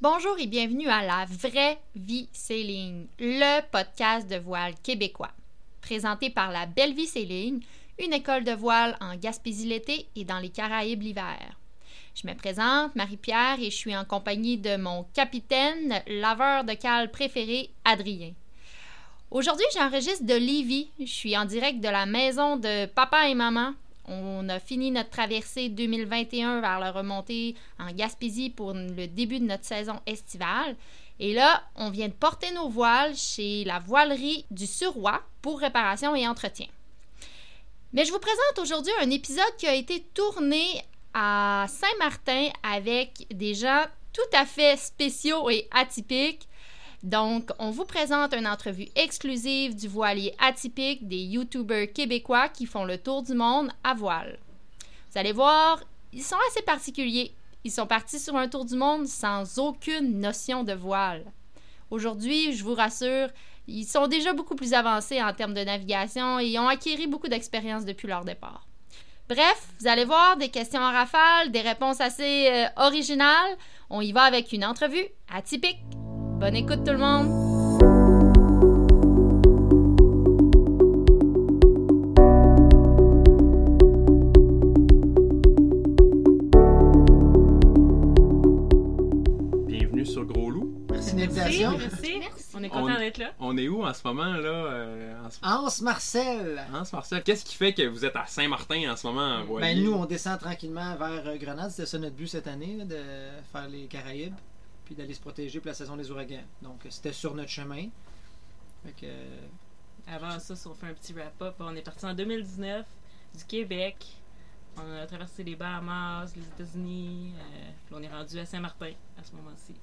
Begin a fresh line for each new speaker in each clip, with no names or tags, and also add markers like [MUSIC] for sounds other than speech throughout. Bonjour et bienvenue à La Vraie Vie Céline, le podcast de voile québécois. Présenté par La Belle Vie Céline, une école de voile en Gaspésie l'été et dans les Caraïbes l'hiver. Je me présente, Marie-Pierre, et je suis en compagnie de mon capitaine, laveur de cale préféré, Adrien. Aujourd'hui, j'enregistre de Lévis. Je suis en direct de la maison de papa et maman. On a fini notre traversée 2021 vers la remontée en Gaspésie pour le début de notre saison estivale. Et là, on vient de porter nos voiles chez la voilerie du Suroy pour réparation et entretien. Mais je vous présente aujourd'hui un épisode qui a été tourné à Saint-Martin avec des gens tout à fait spéciaux et atypiques. Donc, on vous présente une entrevue exclusive du voilier atypique des YouTubers québécois qui font le tour du monde à voile. Vous allez voir, ils sont assez particuliers. Ils sont partis sur un tour du monde sans aucune notion de voile. Aujourd'hui, je vous rassure, ils sont déjà beaucoup plus avancés en termes de navigation et ont acquis beaucoup d'expérience depuis leur départ. Bref, vous allez voir des questions en rafale, des réponses assez euh, originales. On y va avec une entrevue atypique. Bonne écoute tout le monde.
Bienvenue sur Gros Loup.
Merci de
Merci,
l'invitation.
merci. On est
On-
content d'être là.
On est où en ce moment là euh, en ce...
Anse Marcel.
en ce- Marcel, qu'est-ce qui fait que vous êtes à Saint-Martin en ce moment en voilier?
Ben, nous, on descend tranquillement vers euh, Grenade. C'était ça notre but cette année, là, de faire les Caraïbes, puis d'aller se protéger pour la saison des ouragans. Donc, euh, c'était sur notre chemin. Fait que, euh,
Avant ça, si on fait un petit wrap-up, on est parti en 2019 du Québec. On a traversé les Bahamas, les États-Unis. euh, puis on est rendu à Saint-Martin à ce moment-ci,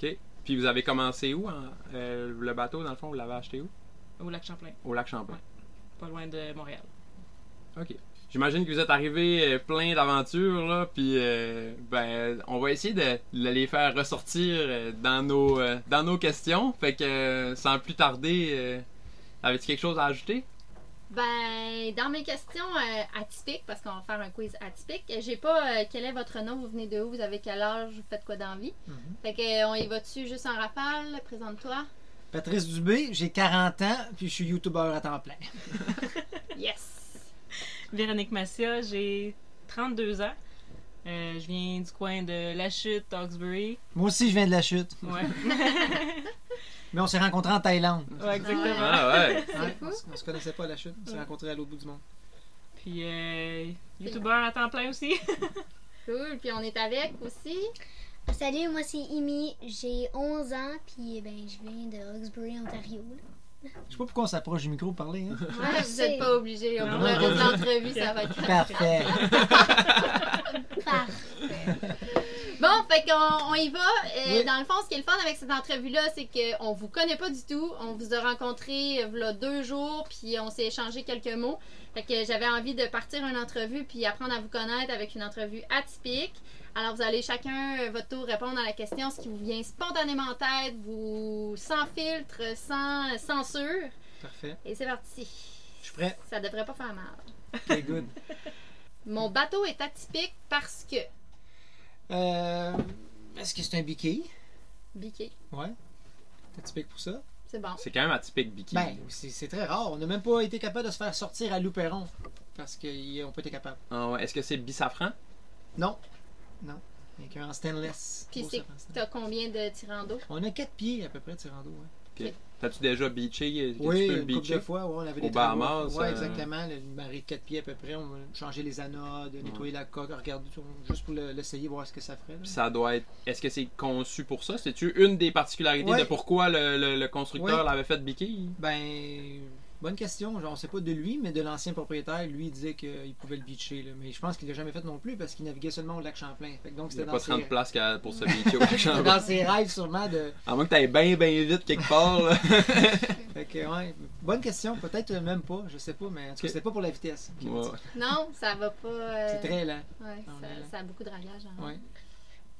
OK. Puis vous avez commencé où en- euh, le bateau dans le fond, vous l'avez acheté où
au lac Champlain,
Au lac Champlain.
pas loin de Montréal.
OK. J'imagine que vous êtes arrivé euh, plein d'aventures là, puis euh, ben on va essayer de de les faire ressortir euh, dans nos euh, dans nos questions. Fait que euh, sans plus tarder, euh, avez-tu quelque chose à
[LAUGHS]
ajouter
Ben, dans mes questions euh, atypiques, parce qu'on va faire un quiz atypique, j'ai pas euh, quel est votre nom, vous venez de où, vous avez quel âge, vous faites quoi dans la vie.
Mhm.
Mm-hmm.
Fait que, euh, on y va dessus juste en rafale, présente-toi.
Patrice Dubé, j'ai 40 ans, puis je suis youtubeur à temps plein.
Yes!
Véronique Massia, j'ai 32 ans. Euh, je viens du coin de La Chute, Hawkesbury.
Moi aussi, je viens de la chute.
Ouais,
Mais on s'est rencontrés en Thaïlande.
ouais exactement.
Ah ouais.
Ouais,
fou.
on, s- on se connaissait pas à la chute. On s'est rencontrés à l'autre bout du monde.
Puis, euh, youtubeur à temps plein aussi. [LAUGHS]
Cool, puis on est avec aussi.
Salut, moi c'est Imi, j'ai 11 ans, puis eh ben, je viens de Roxbury, Ontario. là. Ah,
Je sais pas pourquoi on s'approche du micro pour parler. hein.
Ouais, vous n'êtes pas obligés. Pour
Non.
le reste de l'entrevue, ça va être.
Parfait.
Par-
Bon, fait qu'on on y va. Euh,
Oui.
Dans le fond, ce qui est le fun avec cette entrevue-là, c'est qu'on vous connaît pas du tout. On vous a rencontré euh, v'là deux jours, puis on s'est échangé quelques mots. Fait que j'avais envie de partir une entrevue, puis apprendre à vous connaître avec une entrevue atypique. Alors, vous allez chacun, euh, votre tour, répondre à la question, ce qui vous vient spontanément en tête, vous sans filtre, sans censure.
Parfait.
Et c'est parti.
Je suis prêt.
Ça devrait pas faire mal.
Okay, good.
Mon bateau est atypique parce que.
Euh, Est-ce que c'est un biquet?
Biqué,
Ouais. C'est typique pour ça.
c'est bon.
C'est quand même atypique Bikini.
Ben, c'est c'est très rare. On n'a même pas été capable de se faire sortir à Louperon parce qu'ils n'ont pas été capables.
Ah ouais. Est-ce que c'est bisafran
Non. Non. Il n'y a qu'un en stainless.
Puis
Beau
c'est-
surf en stainless.
T'as combien de tirants d'eau?
On a quatre pieds à peu près de Tirando. Ouais.
T'as-tu déjà beaché? euh, que tu
Oui,
peux le
une couple
beacher?
de fois. ouais, on avait
Au
des travaux.
Bahamas,
Ouais,
euh,
exactement. Le marée de quatre pieds à peu près. On a changé les anodes, nettoyer la coque, regarder tout, juste pour le- l'essayer, voir ce que ça ferait. là.
Puis ça doit être. Est-ce que c'est conçu pour ça? C'est-tu une des particularités
Ouais.
de pourquoi le, le- le constructeur
Ouais.
l'avait fait biquer?
Ben, bonne question. Genre, on sait pas de lui, mais de l'ancien propriétaire, lui, il disait qu'il pouvait le beacher. là. Mais je pense qu'il l'a jamais fait non plus parce qu'il naviguait seulement au lac Champlain. Fait que donc,
Il n'y
c'était
a
dans,
pas
ses...
30 places qu'à- pour se
[LAUGHS]
biquer au lac
c'était
Champlain.
dans ses rêves sûrement de.
À moins que t'ailles bien, bien vite quelque part.
[LAUGHS]
là.
Fait que, ouais, bonne question. Peut-être même pas, je sais pas, mais en tout cas,
Ok.
c'était pas pour la vitesse.
Ouais.
Non, ça va pas. euh,
C'est très lent.
ouais,
on
ça,
est là.
ça a beaucoup de ragages. hein.
Ouais.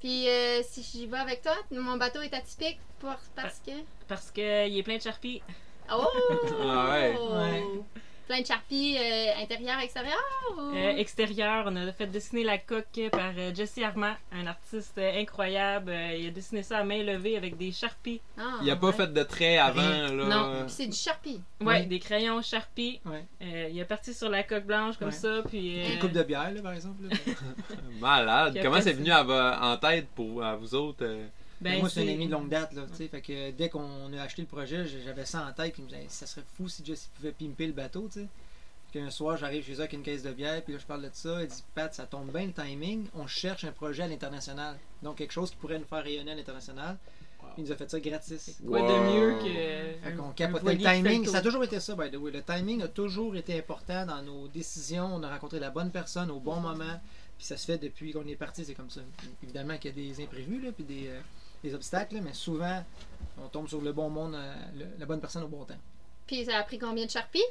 Puis euh, si j'y vais avec toi, mon bateau est atypique pour- parce que.
Parce qu'il est plein de charpies.
Oh!
[LAUGHS] Ah ouais.
Ouais.
Plein de charpies euh, intérieurs, extérieurs?
oh!
ou-
Euh, extérieur, on a fait dessiner la coque par euh, Jesse Armand, un artiste euh, incroyable. Euh, il a dessiné ça à main levée avec des charpies.
Ah,
Il n'y a pas
ouais.
fait de trait avant, là.
Non, puis c'est du charpie.
Ouais,
Oui.
des crayons charpies.
Ouais.
Euh, il a parti sur la coque blanche comme
Ouais.
ça, puis. euh,
Une coupe de bière, là, par exemple. là.
Malade.
Puis
Comment
après,
c'est venu à vo- en tête pour à vous autres? euh?
[LAUGHS] ben,
moi, c'est un ami de longue date. Là, tu sais, fait que dès qu'on a acheté le projet, j- j'avais ça en tête. Puis je me disais, ça serait fou si Jesse pouvait pimper le bateau. tu sais. Puis un soir, j'arrive chez eux avec une caisse de bière. Puis là, je parle de ça. Il dit, Pat, ça tombe bien le timing. On cherche un projet à l'international. Donc, quelque chose qui pourrait nous faire rayonner à l'international.
Wow.
Il nous a fait ça gratis.
Quoi de
Wow.
mieux que. euh,
Fait
un-
qu'on
un
capotait
voilier
le
qui fait
timing.
tour.
Ça a toujours été ça, by the way. Le timing a toujours été important dans nos décisions. On a rencontré la bonne personne au bon moment. Puis ça se fait depuis qu'on est parti, c'est comme ça. Évidemment qu'il y a des imprévus, là, puis des, euh, des obstacles, là, mais souvent, on tombe sur le bon monde, euh, le- la bonne personne au bon temps.
Puis ça a pris combien de charpies?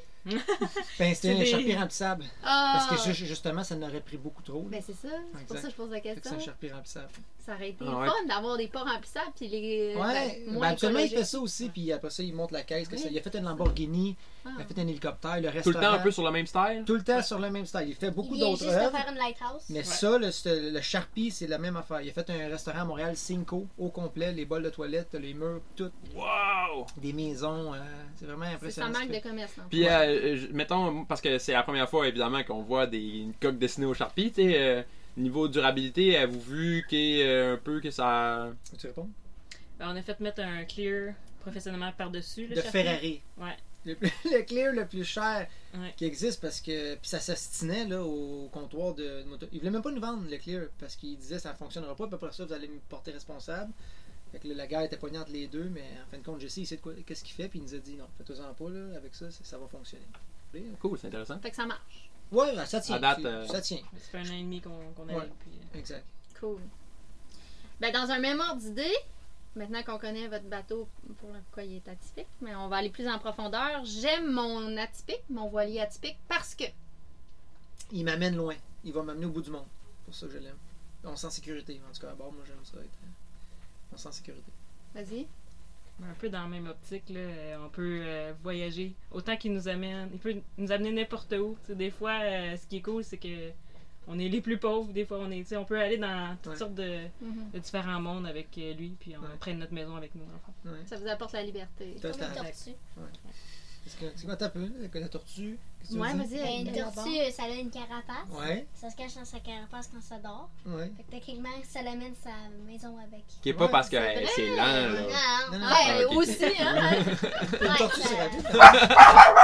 Ben, c'était
C'est
un
des-
charpie remplissable.
Ah!
Parce que ju- justement, ça n'aurait pris beaucoup trop. là.
Ben c'est ça, c'est pour
Exact.
ça que je pose la
Fait que c'est
question.
un charpie remplissable.
Ça aurait été
Ah ouais.
fun d'avoir des pas remplissables puis les
Ouais,
ben,
ben,
moins
absolument, il
écologiques.
fait ça aussi, puis après ça, il monte la caisse. que
Oui.
ça- Il a fait une Lamborghini,
Ah.
il a fait un hélicoptère,
Tout
le
le
restaurant.
temps un peu sur le même style?
Tout le temps sur le même style. Il fait beaucoup
Il vient
d'autres
juste de
œuvres.
faire une lighthouse.
Mais ça, le, ce- le Sharpie, c'est la même affaire. Il a fait un restaurant à Montréal, Cinco, au complet, les bols de toilette, les murs, toutes
Wow!
des maisons. euh, c'est vraiment
C'est ça
impressionnant.
manque de
ce
commerce. non?
Puis, euh, je- mettons, parce que c'est la première fois, évidemment, qu'on voit des une coque dessinée au Sharpie, tu sais, euh, niveau durabilité, avez-vous vu qu'est, euh, un peu que ça...
que- Tu réponds?
Ben, on a fait mettre un clear professionnellement par-dessus.
De
le charpie.
Ferrari.
Ouais.
Le, plus- [LAUGHS] le clear le plus cher
Ouais.
qui existe parce que. Puis ça s'astinait là, au comptoir de, de moto. Il voulait même pas nous vendre le clear parce qu'il disait ça fonctionnera pas. Puis après ça, vous allez me porter responsable. Fait que là, la guerre était poignée entre les deux, mais en fin de compte, Jesse, il sait de quoi- qu'est-ce qu'il fait. Puis il nous a dit non, faites-en pas là, avec ça, ça, ça va fonctionner.
Cool, c'est intéressant.
Fait que ça marche.
Ouais, ben, ça tient.
À date,
c'est-
euh,
Ça tient.
Ça fait un an et demi qu'on qu'on
Ouais.
a eu, puis, euh,
Exact.
Cool. Ben, dans un même ordre d'idée, maintenant qu'on connaît votre bateau, pour le quoi il est atypique, mais on va aller plus en profondeur. J'aime mon atypique, mon voilier atypique, parce que
il m'amène loin. Il va m'amener au bout du monde. Pour ça, que je l'aime. On sent sécurité. En tout cas, à bord, moi, j'aime ça. Être... euh, On sent sécurité.
Vas-y.
Un peu dans la même optique, là, euh, on peut euh, voyager autant qu'il nous amène. Il peut nous amener n'importe où. Tu sais, des fois, euh, ce qui est cool, c'est que on est les plus pauvres. Des fois, on est, tu sais, on peut aller dans toutes
Ouais.
sortes de,
Mhm.
de différents mondes avec euh, lui, puis on
Ouais.
prenne notre maison avec nous. dans le fond.
Ouais.
Ça vous apporte la liberté.
T'as-
Comme une
t'as-
tortue.
Est-ce que- C'est quoi, t'as peu? Avec la tortue? Qu'est-ce que tu
Ouais,
veux
vas-y,
dire?
Mais
avec
une
le bord.
tortue, euh, ça a une carapace.
Ouais,
Ça se cache dans sa carapace quand ça dort.
ouais.
Fait que techniquement, ça l'amène à sa maison avec.
Qui est pas
Ouais,
parce que
c'est
hey,
vrai.
c'est lent, là.
Non,
Euh, Non,
non.
non.
Ouais,
Ah, ok.
aussi, hein?
Une
Ouais,
tortue,
ça-
c'est rapide. hein?
[LAUGHS]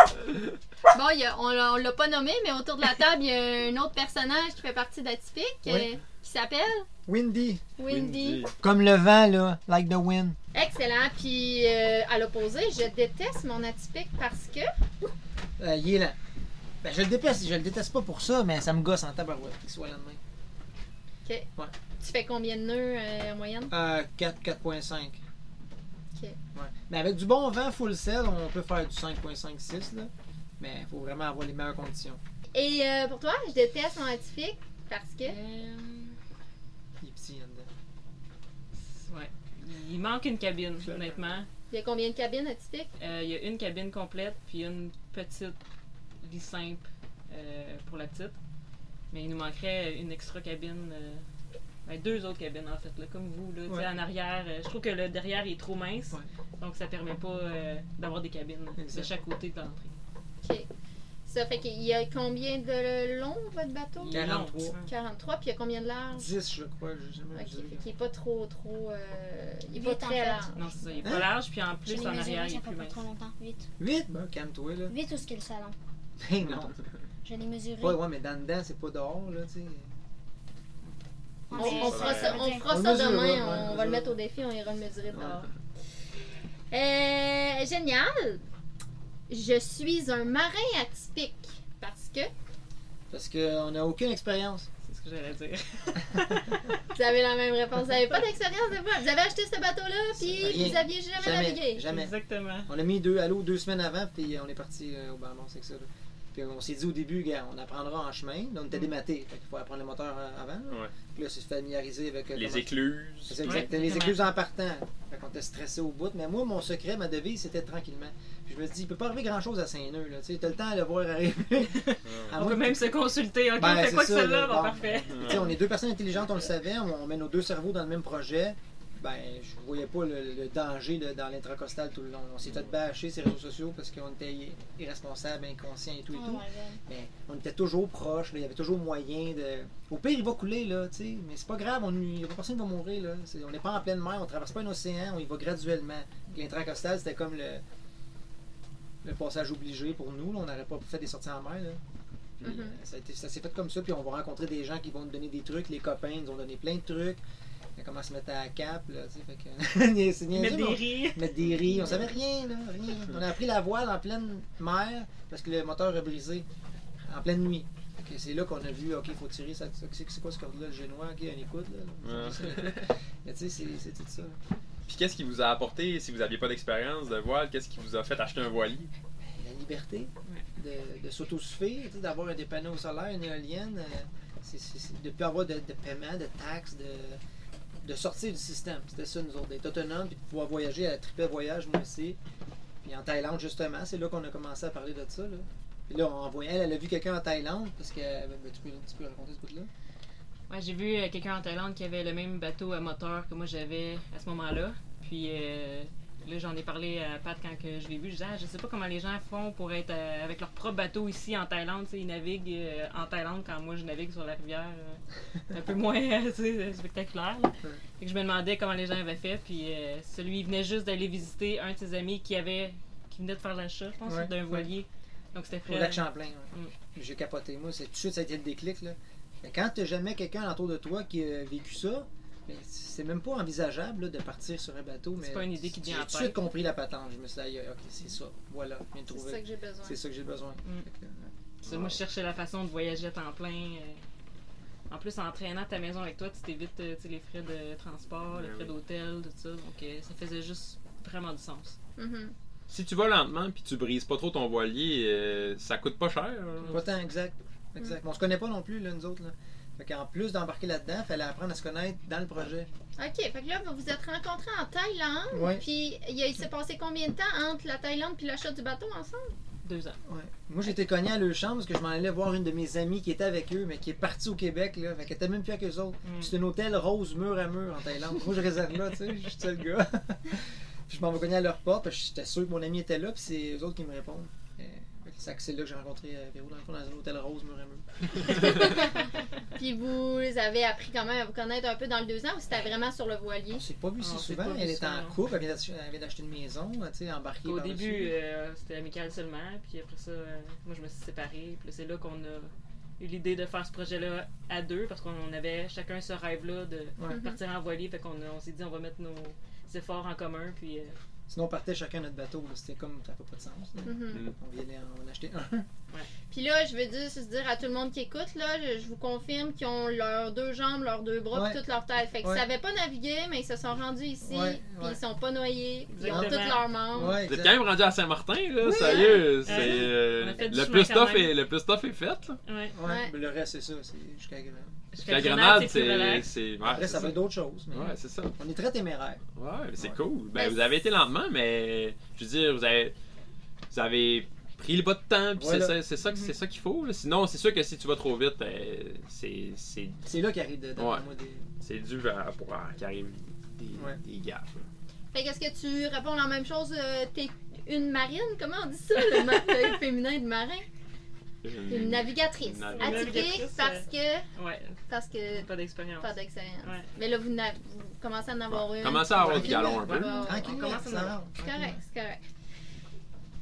bon, il y a- on l'a- on l'a pas nommé, mais autour de la table, il y a un autre personnage qui fait partie d'Atypique,
Oui.
euh, qui s'appelle
Windy.
Windy.
Comme le vent, là. Like the wind.
Excellent. Puis, euh, à l'opposé, je déteste mon atypique parce que...
Euh, il est là. Ben, je le déteste. Je le déteste pas pour ça, mais ça me gosse en tabarouette qu'il soit là demain.
Tu fais combien de nœuds euh, en moyenne?
Euh, 4, 4.5.
Ok.
Ouais. Mais avec du bon vent full sell, on peut faire du 5.5, 6, là. Mais il faut vraiment avoir les meilleures conditions.
Et euh, pour toi, je déteste mon atypique parce que...
Il est petit, en dedans.
Ouais. Il manque une cabine, honnêtement.
Il y a combien de cabines atypiques?
Euh, il y a une cabine complète, puis une petite lit simple euh, pour la petite. Mais il nous manquerait une extra cabine, euh, ben, deux autres cabines en fait, là, comme vous, là, tu sais,
Ouais.
en arrière. euh, je trouve que le derrière il est trop mince,
Ouais.
donc ça permet pas euh, d'avoir des cabines de
Exact.
chaque côté de l'entrée.
OK. Ça fait qu'il y a combien de long, votre bateau?
Il est long,
43.
hein.
43, puis il y a combien de large?
10, je crois, j'ai jamais
OK,
vu.
fait qu'il est pas trop, trop... euh, il est
Vite,
pas
en
très
fait.
large.
Non, c'est ça, il est
Hein?
pas large, puis en
Je
plus
l'ai
en arrière
mesuré,
il est
ça fait
plus
pas
mince.
trop longtemps. Vite.
8? Ben, calme-toi, là. [LAUGHS]
Vite, où est-ce que le salon
Ben, non.
Je l'ai mesuré.
Ouais, ouais, mais dans dedans, c'est pas dehors, là, tu sais.
On,
Ouais,
on
ça
fera
veut
ça,
dire-
on fera
On
ça
le mesure,
demain,
ouais, ouais,
on, va
mesure.
le mettre au défi, on ira le mesurer plus
Ouais.
tard. Euh, génial! Je suis un marin atypique parce que
Parce qu'on n'a aucune expérience.
C'est ce que j'allais dire.
vous avez la même réponse, vous avez pas d'expérience de vol. Vous avez acheté ce bateau-là, puis
rien.
vous aviez jamais, navigué.
Jamais. Jamais.
[LAUGHS] Exactement.
On a mis deux à l'eau deux semaines avant, puis on est parti euh, au Ballon, c'est que ça. là. Puis on s'est dit au début, gars, on apprendra en chemin. Là, on était
Mm.
dématé. Fait qu'il faut apprendre le moteur euh, avant. Là,
Ouais.
Puis là, se familiariser avec. euh, comment-
écluses.
C'est exact.
Ouais,
les
exactement.
écluses en partant. Fait qu'on de stresser au bout. Mais moi, mon secret, ma devise, c'était tranquillement. Puis je me dis, il peut pas arriver grand-chose à Saint-Neu. là, Tu sais, t'as le temps à le voir arriver. À
[LAUGHS] On
moins
peut
que-
même se consulter. Ok,
Ben,
on fait
c'est
quoi que
ça,
celle-là?
là,
Bon,
bon.
parfait.
Tu sais, on est deux personnes intelligentes, on le savait, on, on met nos deux cerveaux dans le même projet. Ben, je voyais pas le, le danger là, dans l'intracostal tout le long. On s'est fait bâcher ces réseaux sociaux parce qu'on était irresponsables, inconscients et tout et
Oh
tout. Mais on était toujours proches, là, il y avait toujours moyen de. Au pire, il va couler, là, tu sais. Mais c'est pas grave, on, y- personne ne va mourir, là. C'est- on n'est pas en pleine mer, on traverse pas un océan, on y va graduellement. L'intracostal, c'était comme le, le passage obligé pour nous, là. On n'aurait pas fait des sorties en mer, là. Puis,
Mm-hmm.
Mhm.
euh, ça, a été- ça s'est fait comme ça, puis on va rencontrer des gens qui vont nous donner des trucs. Les copains nous ont donné plein de trucs. On commence à se mettre à la cap, là, tu sais. Fait que. [LAUGHS] c'est niaiseux,
Mettre
mais
des
on-
rires.
[LAUGHS] mettre des riz. On savait rien, là, rien. On a appris la voile en pleine mer parce que le moteur a brisé en pleine nuit. Ok, c'est là qu'on a vu, ok, faut tirer, ça, ça- c'est c'est quoi ce corde-là, le génois, ok, on écoute, là. [LAUGHS] Mais tu sais, c'est- c'est tout ça.
Puis qu'est-ce qui vous a apporté, si vous n'aviez pas d'expérience de voile, qu'est-ce qui vous a fait acheter un voilier?
La liberté de, de s'autosuffire, tu sais, d'avoir un panneaux solaire, une éolienne, euh, c'est- c'est- c'est- de ne plus avoir de, de paiement, de taxes, de, de sortir du système. C'était ça, nous autres, d'être autonomes, puis de pouvoir voyager à triple voyage, moi aussi. Puis en Thaïlande, justement, c'est là qu'on a commencé à parler de ça. Là. Puis là, on voyait, elle, elle a vu quelqu'un en Thaïlande, parce que. ben, ben, tu, peux, tu peux raconter ce bout-là?
Ouais, j'ai vu euh, quelqu'un en Thaïlande qui avait le même bateau à moteur que moi j'avais à ce moment-là. Puis euh, là, j'en ai parlé à Pat quand que je l'ai vu. Je disais, Ah, je sais pas comment les gens font pour être euh, avec leur propre bateau ici en Thaïlande. Tu sais, ils naviguent euh, en Thaïlande quand moi je navigue sur la rivière. euh, c'est un peu moins [LAUGHS] tu sais, euh, spectaculaire. là.
Ouais.
Fait que je me demandais comment les gens avaient fait. Puis euh, celui, il venait juste d'aller visiter un de ses amis qui avait qui venait de faire l'achat, je pense,
Ouais,
d'un
ouais.
voilier. Donc c'était
Au lac
frais.
Champlain. ouais.
Mm.
J'ai capoté. Moi, c'est tout de suite, ça a été le déclic. Là. Mais quand tu jamais quelqu'un autour de toi qui a vécu ça, ben, c'est même pas envisageable là, de partir sur un bateau.
C'est
mais
pas une idée qui te vient en
J'ai tout de
tête.
suite compris la patente. Je me suis dit, aïe, aïe, ok, c'est ça. Voilà, je viens de
C'est ça
trouver.
que j'ai besoin.
C'est ça que j'ai besoin.
Mm.
Fait que, ouais.
Ça, Moi, je cherchais la façon de voyager à temps plein. euh, En plus, en traînant ta maison avec toi, tu t'évites euh, tu sais, les frais de transport, les
Ben
frais
oui.
d'hôtel, tout ça. Donc, euh, ça faisait juste vraiment du sens.
Mhm.
Si tu vas lentement puis tu brises pas trop ton voilier, euh, ça coûte pas cher. hein?
Pas tant, exact.
Mm.
exact. Mais on se connaît pas non plus, là, nous autres. Là. Fait en plus d'embarquer là-dedans, fallait apprendre à se connaître dans le projet.
OK, fait que là, vous vous êtes rencontrés en Thaïlande.
Ouais.
Puis, il y a- il s'est passé combien de temps entre la Thaïlande puis l'achat du bateau ensemble?
Deux ans.
Ouais. Moi, j'étais cogné à leur chambre parce que je m'en allais voir une de mes amies qui était avec eux, mais qui est partie au Québec. Là. Fait qu'elle était même plus avec eux autres.
Mm.
Puis C'est un hôtel rose mur à mur en Thaïlande. Moi, je réserve là, tu sais, je suis le seul
[LAUGHS]
gars. Puis je m'en vais cogner à leur porte parce que j'étais sûr que mon ami était là, puis c'est eux autres qui me répondent. Euh, fait que C'est c'est là que j'ai rencontré euh, Véro, dans le fond, dans un hôtel rose mur à mur.
Puis, vous avez appris quand même à vous connaître un peu dans le deux ans ou c'était vraiment sur le voilier?
On s'est pas vu si
Ah, On s'est
souvent.
pas vu
Elle était en
souvent.
couple, elle vient d'acheter- elle vient d'acheter une maison, là, tu sais, embarquée.
Au
par-dessus.
début, euh, c'était amical seulement. Puis après ça, euh, moi, je me suis séparée. Puis là, c'est là qu'on a eu l'idée de faire ce projet-là à deux parce qu'on avait chacun ce rêve-là de
Ouais.
partir en voilier. Fait qu'on a- on s'est dit, on va mettre nos efforts en commun. Puis euh, Mm.
Sinon, on partait chacun notre bateau. là. C'était comme, ça n'a pas de sens. là.
Mhm.
On vient d'en- on en acheter un.
Puis là, je veux dire, se dire à tout le monde qui écoute, là, je, je vous confirme qu'ils ont leurs deux jambes, leurs deux bras, puis
Ouais.
toute leur tête. Fait qu'ils
Ouais.
savaient pas naviguer, mais ils se sont rendus ici,
Ouais,
puis
ouais.
ils sont pas noyés, puis ils ont toutes
Exactement.
leurs membres.
Vous
Ouais,
êtes
exact. hein.
quand même rendu à Saint-Martin, là, sérieux. c'est, euh,
on a fait du
le,
chemin
plus
quand
tough
même.
est, le plus tough est fait. Là.
ouais.
Ouais,
Ouais.
mais Le reste, c'est ça. C'est jusqu'à Grenoble.
Jusqu'à
La
Grenade,
grenade,
c'est plus
c'est.
relax.
c'est- ouais,
Après,
Ah, c'est
ça
ça.
va être d'autres choses. mais
Ouais, c'est ça.
On est très téméraires.
Ouais, mais c'est
Ouais.
cool. Ben,
Ben,
vous avez été lentement, mais je veux dire, vous avez, vous avez pris le bas de temps, puis
Voilà.
c'est ça- c'est ça, que- c'est ça qu'il faut. là. Sinon, c'est sûr que si tu vas trop vite, euh, c'est- c'est
C'est là qu'arrive de, de
Ouais.
moi des.
c'est dû à pour à- qu'il arrive des,
Ouais.
des gaffes. là.
Fait qu'est-ce que tu réponds la même chose? euh, T'es une marine? Comment on dit ça? Le
[LAUGHS]
ma- le féminin de marin? Une navigatrice.
Une navigatrice.
Atypique
Navigatrice,
parce que.
Ouais,
Parce que.
pas d'expérience.
Pas d'excellence.
Ouais.
Mais là, vous, na- vous commencez à en avoir une.
Commencez à avoir
du
galon un peu.
Ouais, ouais, ouais.
Tranquille,
Ah, on commence
ça
à
va.
C'est correct, c'est correct.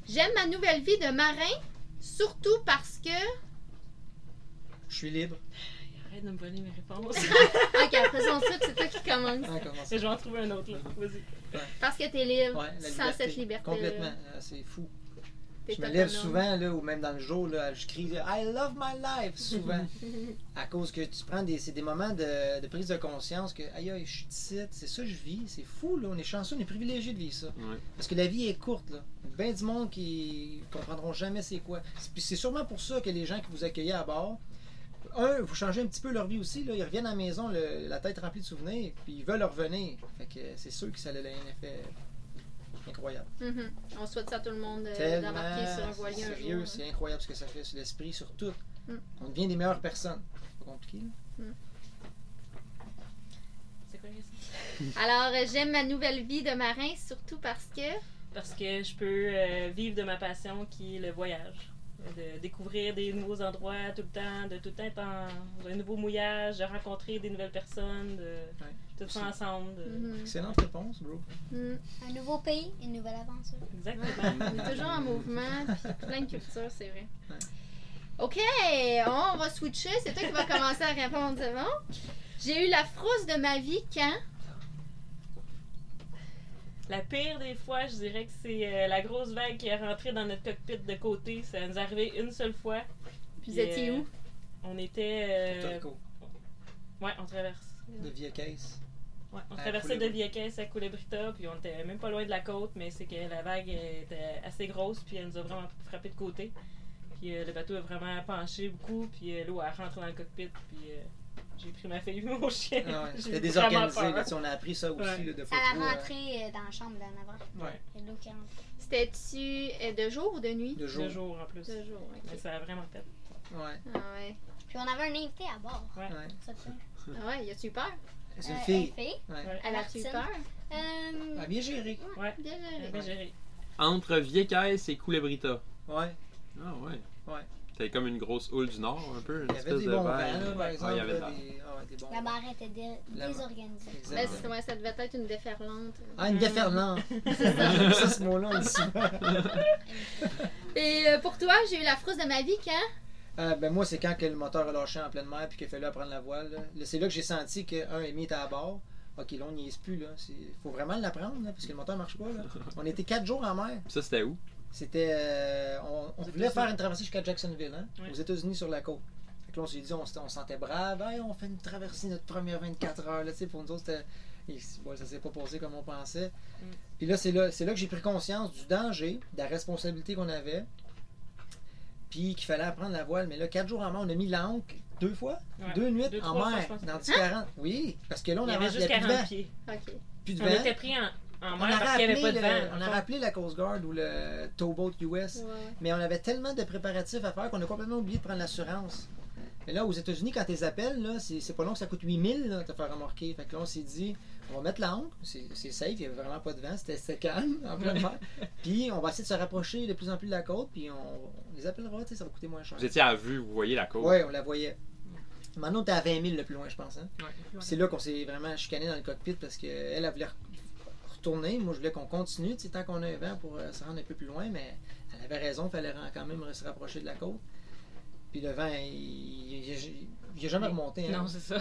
J'aime ma nouvelle vie de marin, surtout parce que.
Je suis libre.
Arrête de me voler mes
[LAUGHS]
réponses.
Ok, après son truc, c'est toi qui commence.
Ah, comment ça?
[LAUGHS]
Je vais en trouver un autre, là. Vas-y.
Parce que t'es libre,
Ouais, la
sans cette liberté.
Complètement. Ah, C'est fou.
T'es
je me lève
autonome.
souvent, là, ou même dans le jour, là, je crie I love my life
[LAUGHS]
souvent. à cause que tu prends des. C'est des moments de, de prise de conscience que aïe aïe, je suis ici, c'est ça que je vis, c'est fou, là. On est chanceux, on est privilégié de vivre ça.
Ouais.
Parce que la vie est courte, là. Ben du monde qui comprendront jamais c'est quoi. C'est- Puis c'est sûrement pour ça que les gens qui vous accueillent à bord, un, vous changez un petit peu leur vie aussi. Là. Ils reviennent à la maison, le- la tête remplie de souvenirs, puis ils veulent revenir. Fait que euh, c'est sûr que ça a un effet incroyable.
Mhm. On souhaite ça à tout le monde euh,
Tellement
d'embarquer sur un voilier un
sérieux,
jour. hein.
c'est incroyable ce que ça fait sur l'esprit, sur tout.
Mm.
On devient des meilleures personnes. C'est pas compliqué, là.
C'est quoi la question?
Alors, euh, j'aime ma nouvelle vie de marin, surtout parce que.
Parce que je peux euh, vivre de ma passion qui est le voyage. De découvrir des nouveaux endroits tout le temps, de tout le temps être en un nouveau mouillage, de rencontrer des nouvelles personnes, de
Ouais.
tout ça ensemble. de-
Mhm.
Excellente réponse, bro.
Mhm.
Un nouveau pays, une nouvelle aventure.
Exactement.
On est toujours en mouvement, puis plein de culture, c'est vrai.
Ouais.
OK, on va switcher. C'est toi qui vas commencer à répondre, c'est bon? J'ai eu la frousse de ma vie quand.
La pire des fois, je dirais que c'est euh, la grosse vague qui est rentrée dans notre cockpit de côté. Ça nous est arrivé une seule fois. Puis,
Puis vous étiez
euh,
où?
On était. euh,
Torco,
ouais, on traverse.
de Via
[LAUGHS]
Case.
Ouais, on
À
traversait de
Coulebrita.
Vieques à Culebrita, puis on était même pas loin de la côte, mais c'est que la vague était assez grosse, puis elle nous a vraiment frappé de côté. Puis euh, le bateau a vraiment penché beaucoup, puis euh, l'eau a rentré dans le cockpit, puis euh, j'ai pris ma fille et [LAUGHS] mon chien.
Ah ouais,
J'ai
C'était
eu
désorganisé.
vraiment
Là,
peur. hein.
tu sais, on a appris ça aussi
Ouais.
là, de
À
photos.
la
euh,
rentrée euh, dans la chambre d'en avant.
Ouais.
Il y a de l'eau qui rentre.
C'était-tu euh, de jour ou de nuit?
de jour.
Deux jours en plus.
De jour,
Mais
OK.
ça a vraiment fait.
Ouais.
Ah ouais.
Puis on avait un invité à bord.
ouais.
Ça te fait?
Ah ouais, y a-tu eu peur?
C'est une
Euh,
fille.
fille.
Ouais.
Elle a-tu eu
Martine.
peur?
Euh,
Ah, bien gérée.
Ouais,
Bien géré.
bien géré.
Entre Vieques et Coulebrita.
Ouais.
Ah ouais.
Ouais.
T'avais comme une grosse houle du Nord, un peu, une
Il y avait
espèce
des
de
bons vents,
vague.
là, par
Ouais,
exemple.
il y avait de
là,
la-
des- ah, ouais, des bons
La
vents.
barre était dé-
La-
désorganisée.
Ouais,
Exact.
c'est- ouais, ça devait être une déferlante.
Ah, une
[LAUGHS]
déferlante. J'aime ça, ce mot-là, on dit souvent.
Et euh, pour toi, j'ai eu la frousse de ma vie quand?
Euh, ben moi, c'est quand que le moteur a lâché en pleine mer puis qu'il a fallu apprendre la voile. là. Là, c'est là que j'ai senti que, un, Amy était à bord. Ok, là, on n'y est plus. là. Il faut vraiment l'apprendre là, parce que le moteur marche pas. Là. On était quatre jours en mer.
Ça, c'était où?
C'était. euh, on on
Aux
voulait faire
États-Unis.
une traversée jusqu'à Jacksonville, hein,
Ouais.
aux États-Unis sur la côte. Fait que là, on s'est dit, on, s'était- on se sentait brave. Hey, on fait une traversée, notre première 24 heures. Là, tu sais, pour nous autres, c'était- et c'est- bon, ça s'est pas passé comme on pensait.
Mm.
Puis là, c'est là, c'est là que j'ai pris conscience du danger, de la responsabilité qu'on avait. Puis qu'il fallait apprendre la voile. Mais là, quatre jours en mer, on a mis l'ancre deux fois,
Ouais.
deux nuits
Deux,
en
trois fois,
mer,
je pense.
dans du 40. Oui, parce que là, on
Il y avait
avance, il
juste
n'y a plus de
40
vent.
pieds.
Ok.
Plus de
On
vent.
était pris en, en
On a
mer parce qu'il n'y
rappelé
avait pas de
le-
vent.
on a
en fait.
rappelé la Coast Guard ou le Towboat US.
Ouais, ouais.
Mais on avait tellement de préparatifs à faire qu'on a complètement oublié de prendre l'assurance. Mais là, aux États-Unis, quand ils appellent, là, c'est c'est pas long, ça coûte 8000 là, te faire remorquer. Fait que là, on s'est dit, on va mettre la honte, c'est c'est safe, il y avait vraiment pas de vent, c'était c'était calme, [LAUGHS] en plein
[LAUGHS]
mer. Puis on va essayer de se rapprocher de plus en plus de la côte, puis on, on les appellera, tu sais, ça va coûter moins cher.
Vous étiez à vue, vous voyez la côte.
Ouais, on la voyait. Maintenant, on était à 20 000 le plus loin, je pense. hein.
Ouais.
Puis C'est là qu'on s'est vraiment chicané dans le cockpit parce qu'elle, elle elle voulait re- retourner. Moi, je voulais qu'on continue, tu sais, tant qu'on a un vent pour euh, se rendre un peu plus loin, mais elle avait raison, il fallait ra- quand même se rapprocher de la côte. Puis le vent, il n'a jamais remonté. hein.
Non, c'est ça.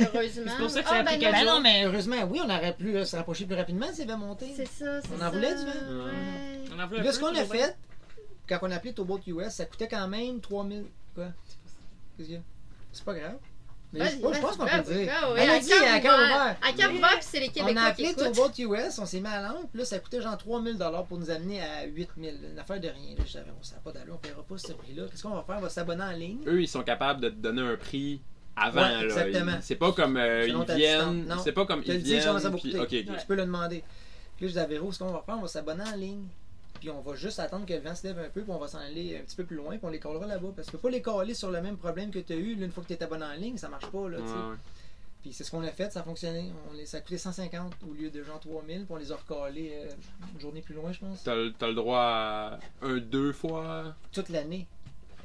Heureusement.
C'est pour ça que
Ah,
ça a
ben
pris
non,
Ben
quatre
non,
jours.
mais heureusement, oui, on aurait pu euh, se rapprocher plus rapidement s'il avait monté.
C'est ça, c'est ça.
On en voulait du vin.
Ouais.
On en
Puis
voulait
là,
un peu,
ce qu'on
puis
a
on voyait-
fait, quand on a appelé Towboat US, ça coûtait quand même 3000. Quoi Qu'est-ce qu'il y a C'est pas grave. Mais je,
Vas-y,
je
vas-y,
pense qu'on peut
vas-y,
le dire.
vas-y,
Elle a
à
dit, il y a encore
Cap-Vert.
ouvert.
À Cap-Vert, puis c'est les
On a
Québécois qui
appelé
écoutent.
Towboat US, on s'est mis à l'ample, là ça coûtait genre 3000 pour nous amener à 8000. Une affaire de rien. Là, je savais, on savait pas d'aller, on paiera pas ce prix-là. Qu'est-ce qu'on va faire On va s'abonner en ligne.
Eux, ils sont capables de te donner un prix avant.
Ouais,
là.
exactement.
Ils- C'est pas comme euh,
Selon
ils
ta
viennent.
distance, non.
C'est pas comme
Je te
ils
le dis, ça
viennent.
va, ça va
puis-
coûter.
ok, ok.
Ouais.
Tu peux le demander. Puis là, je disais, Véro, ce qu'on va faire, on va s'abonner en ligne. Puis on va juste attendre que le vent se lève un peu, puis on va s'en aller un petit peu plus loin, puis on les collera là-bas. Parce que tu peux pas les coller sur le même problème que tu as eu là, une fois que tu es abonné en ligne, ça marche pas. Là, tu sais.
Ouais, ouais.
Puis c'est ce qu'on a fait, ça a fonctionné. On les, ça a coûté 150 au lieu de genre 3000, puis on les a recalés euh, une journée plus loin, je pense.
T'as le- t'as le droit à un, deux fois.
Toute l'année.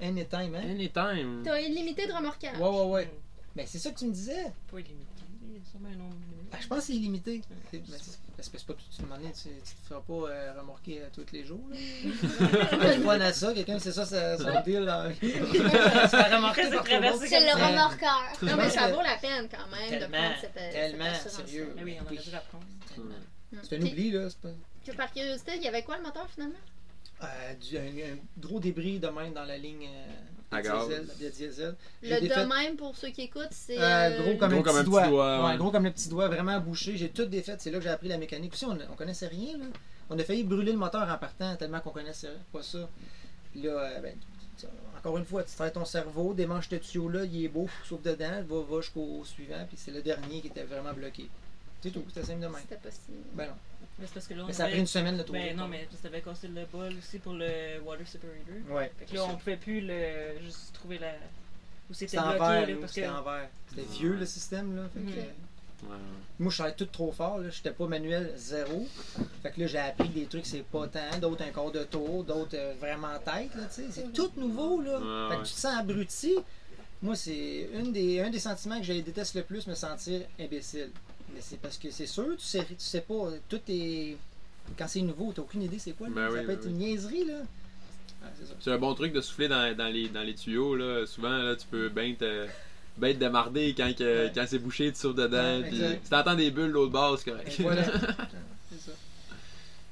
Anytime, hein?
Anytime.
T'as illimité de remorquage.
Ouais, ouais, ouais. Mais c'est ça que tu me disais.
Pas illimité. Il y a sûrement un nombre limité.
Ben, je pense que c'est illimité.
Mm.
C'est-
je
ben,
sais
c'est parce que c'est pas tout de suite, tu, tu te feras pas euh, remorquer euh, tous les jours.
[LAUGHS]
là.
ouais,
Je vois NASA, quelqu'un, c'est ça, ça- son
[LAUGHS]
deal. là. Tu te fais remorquer
Après,
par
c'est
ton boss.
traversé
C'est le
comme ça.
Euh,
remorqueur.
Non, mais
Parce
ça
que-
vaut la peine quand même de
Tellement,
prendre cette euh,
tellement,
cette assurance-là.
sérieux.
Ah oui, on aurait dû l'apprendre.
Mm.
C'est un
Puis,
oubli, là. C'est pas...
que Par curiosité, il y avait quoi le moteur finalement?
Euh, du- un, un gros débris de même dans la ligne euh,
À
de,
gaz.
diesel, de diesel. Je
Le
l'ai fait-
de même pour ceux qui écoutent, c'est.
Euh, gros comme,
Gros comme
un, petit
un petit
doigt.
doigt,
Ouais,
ouais.
Gros comme le petit doigt, vraiment bouché. J'ai tout défait. C'est là que j'ai appris la mécanique. Puis ça, on, on connaissait rien. Là. On a failli brûler le moteur en partant tellement qu'on connaissait pas ça. Puis là, euh, ben, tu- encore une fois, tu travailles ton cerveau, démange ce tuyau-là, il est beau, sauf dedans, va, va jusqu'au suivant, puis c'est le dernier qui était vraiment bloqué. C'est tout, c'était simple de même.
C'était pas si.
Ben non.
Mais c'est parce que là, on
Mais ça a pris
avait...
une semaine de trouver.
Ben non, mais ça avait cassé le bol aussi pour le water separator.
Ouais.
Fait que là, on pouvait plus le... juste trouver la... Où
C'était
c'était
en
bloqué,
verre,
là,
nous,
parce que...
c'était en verre. C'était vieux le système, là. fait que-
Mhm.
Moi, je travaillais tout trop fort, là. J'étais pas manuel zéro. Fait que là, j'ai appris des trucs, c'est pas tant. D'autres, un quart de tour. D'autres, euh, vraiment en tête, là, tu sais. C'est tout nouveau, là.
Ouais,
fait que
ouais.
tu te sens abruti. Moi, c'est une des, un des sentiments que je déteste le plus, me sentir imbécile. Mais c'est parce que c'est sûr, tu sais, tu sais pas. Tout est. Quand c'est nouveau, t'as aucune idée c'est quoi, là.
Ben
Ça
oui,
peut
ben
être
oui.
une niaiserie, là. Ah, c'est ça.
[LAUGHS]
C'est un bon truc de souffler dans, dans les, dans les tuyaux. Là. Souvent, là, tu peux bien te, bien te démarder quand, que-
Ouais.
quand c'est bouché, tu souffles dedans.
Ouais,
puis
exact.
si t'entends des bulles de l'autre bord, c'est correct.
Et voilà. c'est ça.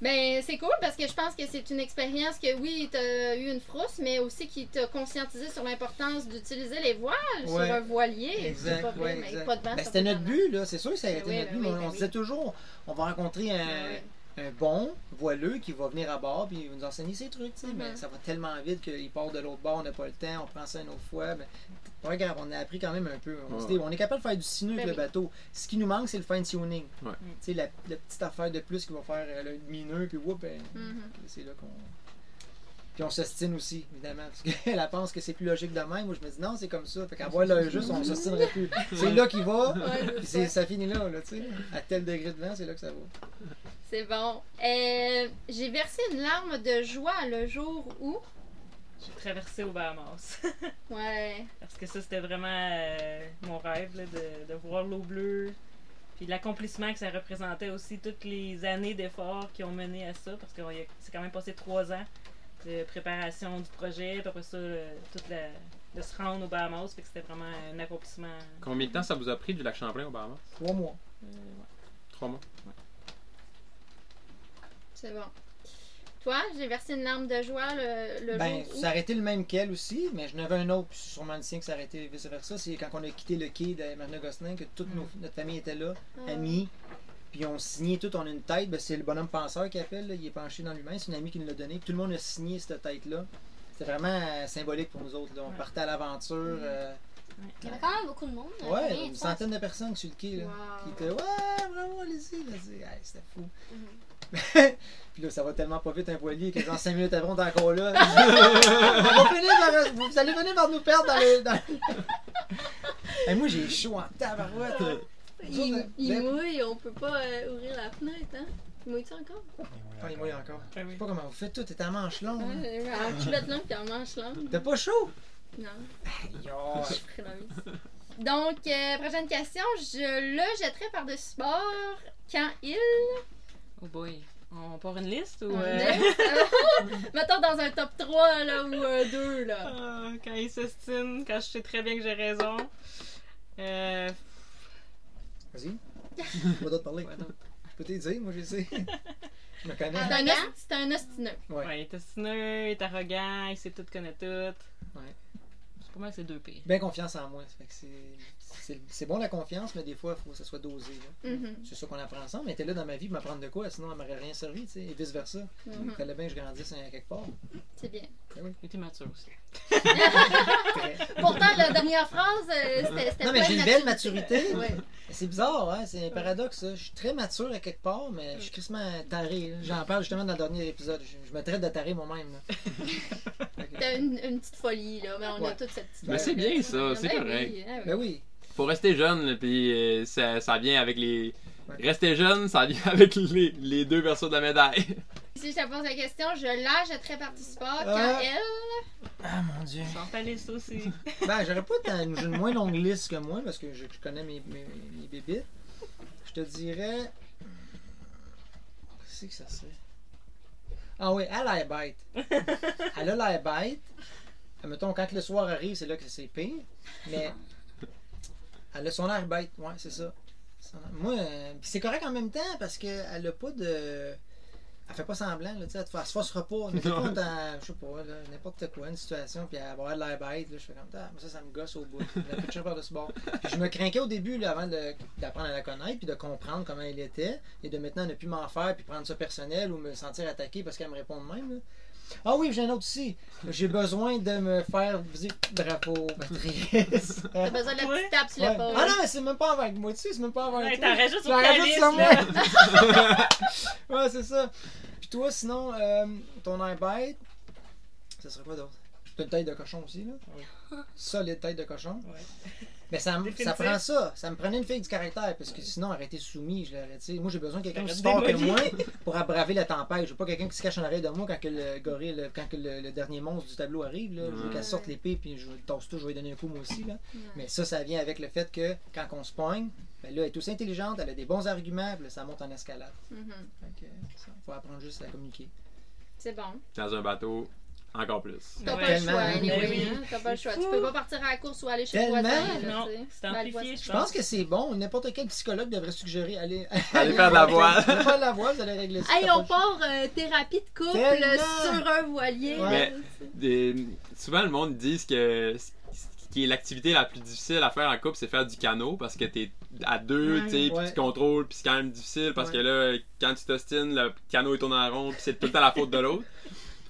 Ben, c'est cool parce que je pense que c'est une expérience que, oui, t'as eu une frousse, mais aussi qui t'a conscientisé sur l'importance d'utiliser les voiles sur
Ouais.
un voilier.
Exact,
C'est pas vrai,
ouais,
mais
exact.
pas de vent,
Ben,
ça
c'était
peut
notre
pas de
but, là. C'est sûr que ça a
Ben
été
oui,
notre
ben
but. mais
oui,
on
ben
on
oui. Ben
disait toujours, on va rencontrer un,
vent. Ouais.
un bon voileux qui va venir à bord puis il va nous enseigner ses trucs, tu sais. Mais
Mhm.
ça va tellement vite qu'il part de l'autre bord, on n'a pas le temps, on prend ça une autre fois. Ben, pas grave, on a appris quand même un peu. On, se dit, on est capable de faire du sinueux avec
Ben
le
oui. Mm.
bateau. Ce qui nous manque, c'est le fine-tuning.
Ouais.
Tu sais, la, la petite affaire de plus qui va faire euh, le mineux, puis whoop, ben,
Mhm.
c'est là qu'on. Puis on s'ostine aussi, évidemment, parce qu'elle pense que [LAUGHS] c'est plus logique de même. Moi, je me dis non, c'est comme ça. Fait qu'à voir l'œil juste, on s'ostinerait
[LAUGHS]
plus. C'est là qu'il va, puis c'est- ça finit là, là, tu sais. À tel degré de vent, c'est là que ça va.
C'est bon. Euh, J'ai versé une larme de joie le jour où.
J'ai traversé au Bahamas. [LAUGHS]
Ouais.
Parce que ça, c'était vraiment euh, mon rêve, là, de, de voir l'eau bleue. Puis l'accomplissement que ça représentait aussi, toutes les années d'efforts qui ont mené à ça. Parce que c'est quand même passé trois ans de préparation du projet, puis après ça, le- toute la- de se rendre aux Bahamas. Fait que c'était vraiment un accomplissement.
[LAUGHS] Combien de temps ça vous a pris du lac Champlain au Bahamas
Trois mois.
euh, ouais.
Trois mois.
C'est bon. Toi, j'ai versé une larme de joie le, le
Ben,
jour où.
ça aurait été le même qu'elle aussi, mais je n'avais un autre, puis sûrement le sien que ça aurait été vice-versa. C'est quand on a quitté le quai de Marina Gosselin, que toute
Mm.
nos- notre famille était là,
Ah.
amis, puis on signait tout, on a une tête. Ben, c'est le bonhomme penseur qui appelle, là, il est penché dans lui-même, c'est une amie qui nous l'a donné. Tout le monde a signé cette tête-là. C'était vraiment euh, symbolique pour nous autres. là. On
Ouais.
partait à l'aventure.
Mm.
euh,
Il y avait quand même beaucoup de monde. hein, combien,
ouais, une
tu
centaine de personnes sur le quai. Là,
Wow.
Qui étaient Ouais, bravo, allez-y. là. C'est- hey, C'était fou.
penses? Mhm.
Mm-hmm.
[LAUGHS] Puis là, ça va tellement pas vite un voilier que dans 5 minutes après, on est encore là. [LAUGHS] On va finir par- vous, allez venir par nous perdre dans le. Dans... le- [LAUGHS] Hey, moi, j'ai chaud en tabarouette. Nous autres,
Il, il
ben-
mouille, on peut pas euh, ouvrir la fenêtre, hein? Il mouille-tu encore?
Ah, il mouille encore.
Ah
Je
oui.
sais pas comment vous faites tout, t'es en manche longue. hein.
Ouais, En culotte longue et en manche longue.
T'as pas chaud?
Non,
Yo.
je suis frileuse. Donc, euh, prochaine question. Je le jetterai par-dessus bord quand il.
Oh boy. On part une liste ou. euh, [LAUGHS]
Neuf. [LAUGHS] Mettons dans un top 3 là, ou un 2. Là.
Ah, quand il s'estime, quand je sais très bien que j'ai raison. Euh,
Vas-y. Pas d'autre parler.
quoi d'autre?
Je peux te dire, moi, je sais. Je me connais.
C'est un, os- c'est un ostineux.
Ouais.
Ouais, il est ostineux, il est arrogant, il sait tout, connaît tout. Ouais. C'est pour moi que c'est deux pires.
Bien confiance en moi. ça fait que c'est- c'est- C'est bon la confiance, mais des fois, il faut que ça soit dosé. là.
Mhm,
C'est ça qu'on apprend ensemble. Elle était là dans ma vie pour m'apprendre de quoi, sinon elle m'aurait rien servi, tu sais, et vice-versa. Il
mhm.
fallait bien que je grandisse à quelque part.
C'est bien.
Il était mature aussi. [LAUGHS]
Très-
Pourtant, la dernière phrase, euh, c'était. c'était
Non, mais
pas
j'ai une belle maturité.
Ouais.
C'est bizarre, hein? c'est un paradoxe. ça. Je suis très mature à quelque part, mais je suis crissement taré. là. J'en parle justement dans le dernier épisode. Je, je me traite de taré moi-même. là.
T'as une, une petite folie, là. Mais on a
Ouais.
toute cette petite
Mais
c'est bien, ça,
Ben
c'est correct.
oui, hein, oui.
Ben oui,
Faut rester jeune, là, puis euh, ça, ça vient avec les.
Ouais.
Rester jeune, ça vient [LAUGHS] avec les, les deux versos de la médaille. [LAUGHS]
Si je te pose la question, je la jetterai par-dessus bord quand
Ah.
elle.
mon Dieu.
Sors ta liste aussi.
Ben, j'aurais pas tant- j'ai une moins longue liste que moi parce que je, je connais mes, mes, mes bébites. Je te dirais. Qu'est-ce que ça serait? Ah oui, elle a l'air bête. Elle a l'air bête. Euh, Mettons, quand le soir arrive, c'est là que c'est pire. Mais elle a son air bête, ouais, c'est ça. Son air- Moi, euh, pis c'est correct en même temps parce qu'elle a pas de. Elle fait pas semblant, là, tu sais, elle te fait- elle se force pas. Mais des fois, on est dans, je sais pas, là, n'importe quoi, une situation, puis elle va avoir l'air bête, là, je fais comme ça, ça, ça me gosse au bout. La picture par de ce bord. Puis je me craquais au début, là, avant de- d'apprendre à la connaître, puis de comprendre comment elle était, et de maintenant ne plus m'en faire, puis prendre ça personnel ou me sentir attaqué parce qu'elle me répond de même. là. Ah oui, j'ai un autre aussi. J'ai besoin de me faire viser le drapeau, Patrice.
T'as besoin de la
Ouais.
petite tape sur
Ouais.
l'épaule.
Ah non, mais c'est même pas avec moi dessus, c'est même pas avec
Ouais,
toi.
t'en rajoutes
Je
sur
la
ta
rajoute
liste.
sur
là.
moi. [LAUGHS] ouais, c'est ça. Puis toi, sinon, euh, ton air bête, ça serait quoi d'autre? T'as une tête de cochon aussi, là? Solide tête de cochon.
Ouais.
Mais ça, me- ça
Définitif.
prend ça. Ça me prenait une fille du caractère, parce que sinon, elle aurait été soumise, je l'aurais, tu sais. Moi, j'ai besoin de quelqu'un
J'aurais
qui fort que
démoli.
moi pour abraver la tempête. Je veux pas quelqu'un qui se cache en arrière de moi quand que le gorille, le- quand que le, le dernier monstre du tableau arrive, là. Je veux
Ouais.
qu'elle sorte l'épée, puis je tasse tout, je vais lui donner un coup, moi aussi, là.
Ouais.
Mais ça, ça vient avec le fait que quand on se pogne, ben là, elle est aussi intelligente, elle a des bons arguments, puis là, ça monte en escalade.
Mhm.
Fait que ça, faut apprendre juste à communiquer.
C'est bon.
Dans un bateau, encore plus.
T'as
Ouais.
pas le
Tellement,
choix,
hein.
Ben
anyway.
oui.
hein. T'as pas le choix. Tu
Fou.
peux pas partir à la course ou aller chez le
Tellement.
voisin. là,
Non,
tu sais.
c'est
Ben, le voisin.
amplifié, je
Je
pense.
pense que c'est bon, n'importe quel psychologue devrait suggérer aller, [LAUGHS]
Allez faire de la voile.
Allez faire de la voile, vous allez régler ça.
Hey,
t'as
on
pas
part euh, thérapie de couple
Tellement.
sur un voilier.
Ouais.
Mais- Des- souvent, le monde dit que ce qui est l'activité la plus difficile à faire en couple, c'est faire du canot parce que t'es à deux,
Ouais.
tu sais, puis
Ouais.
tu contrôles, puis c'est quand même difficile parce que là, quand tu t'ostines, le canot il tourne en rond, puis c'est tout le temps la faute de
[LAUGHS]
l'autre.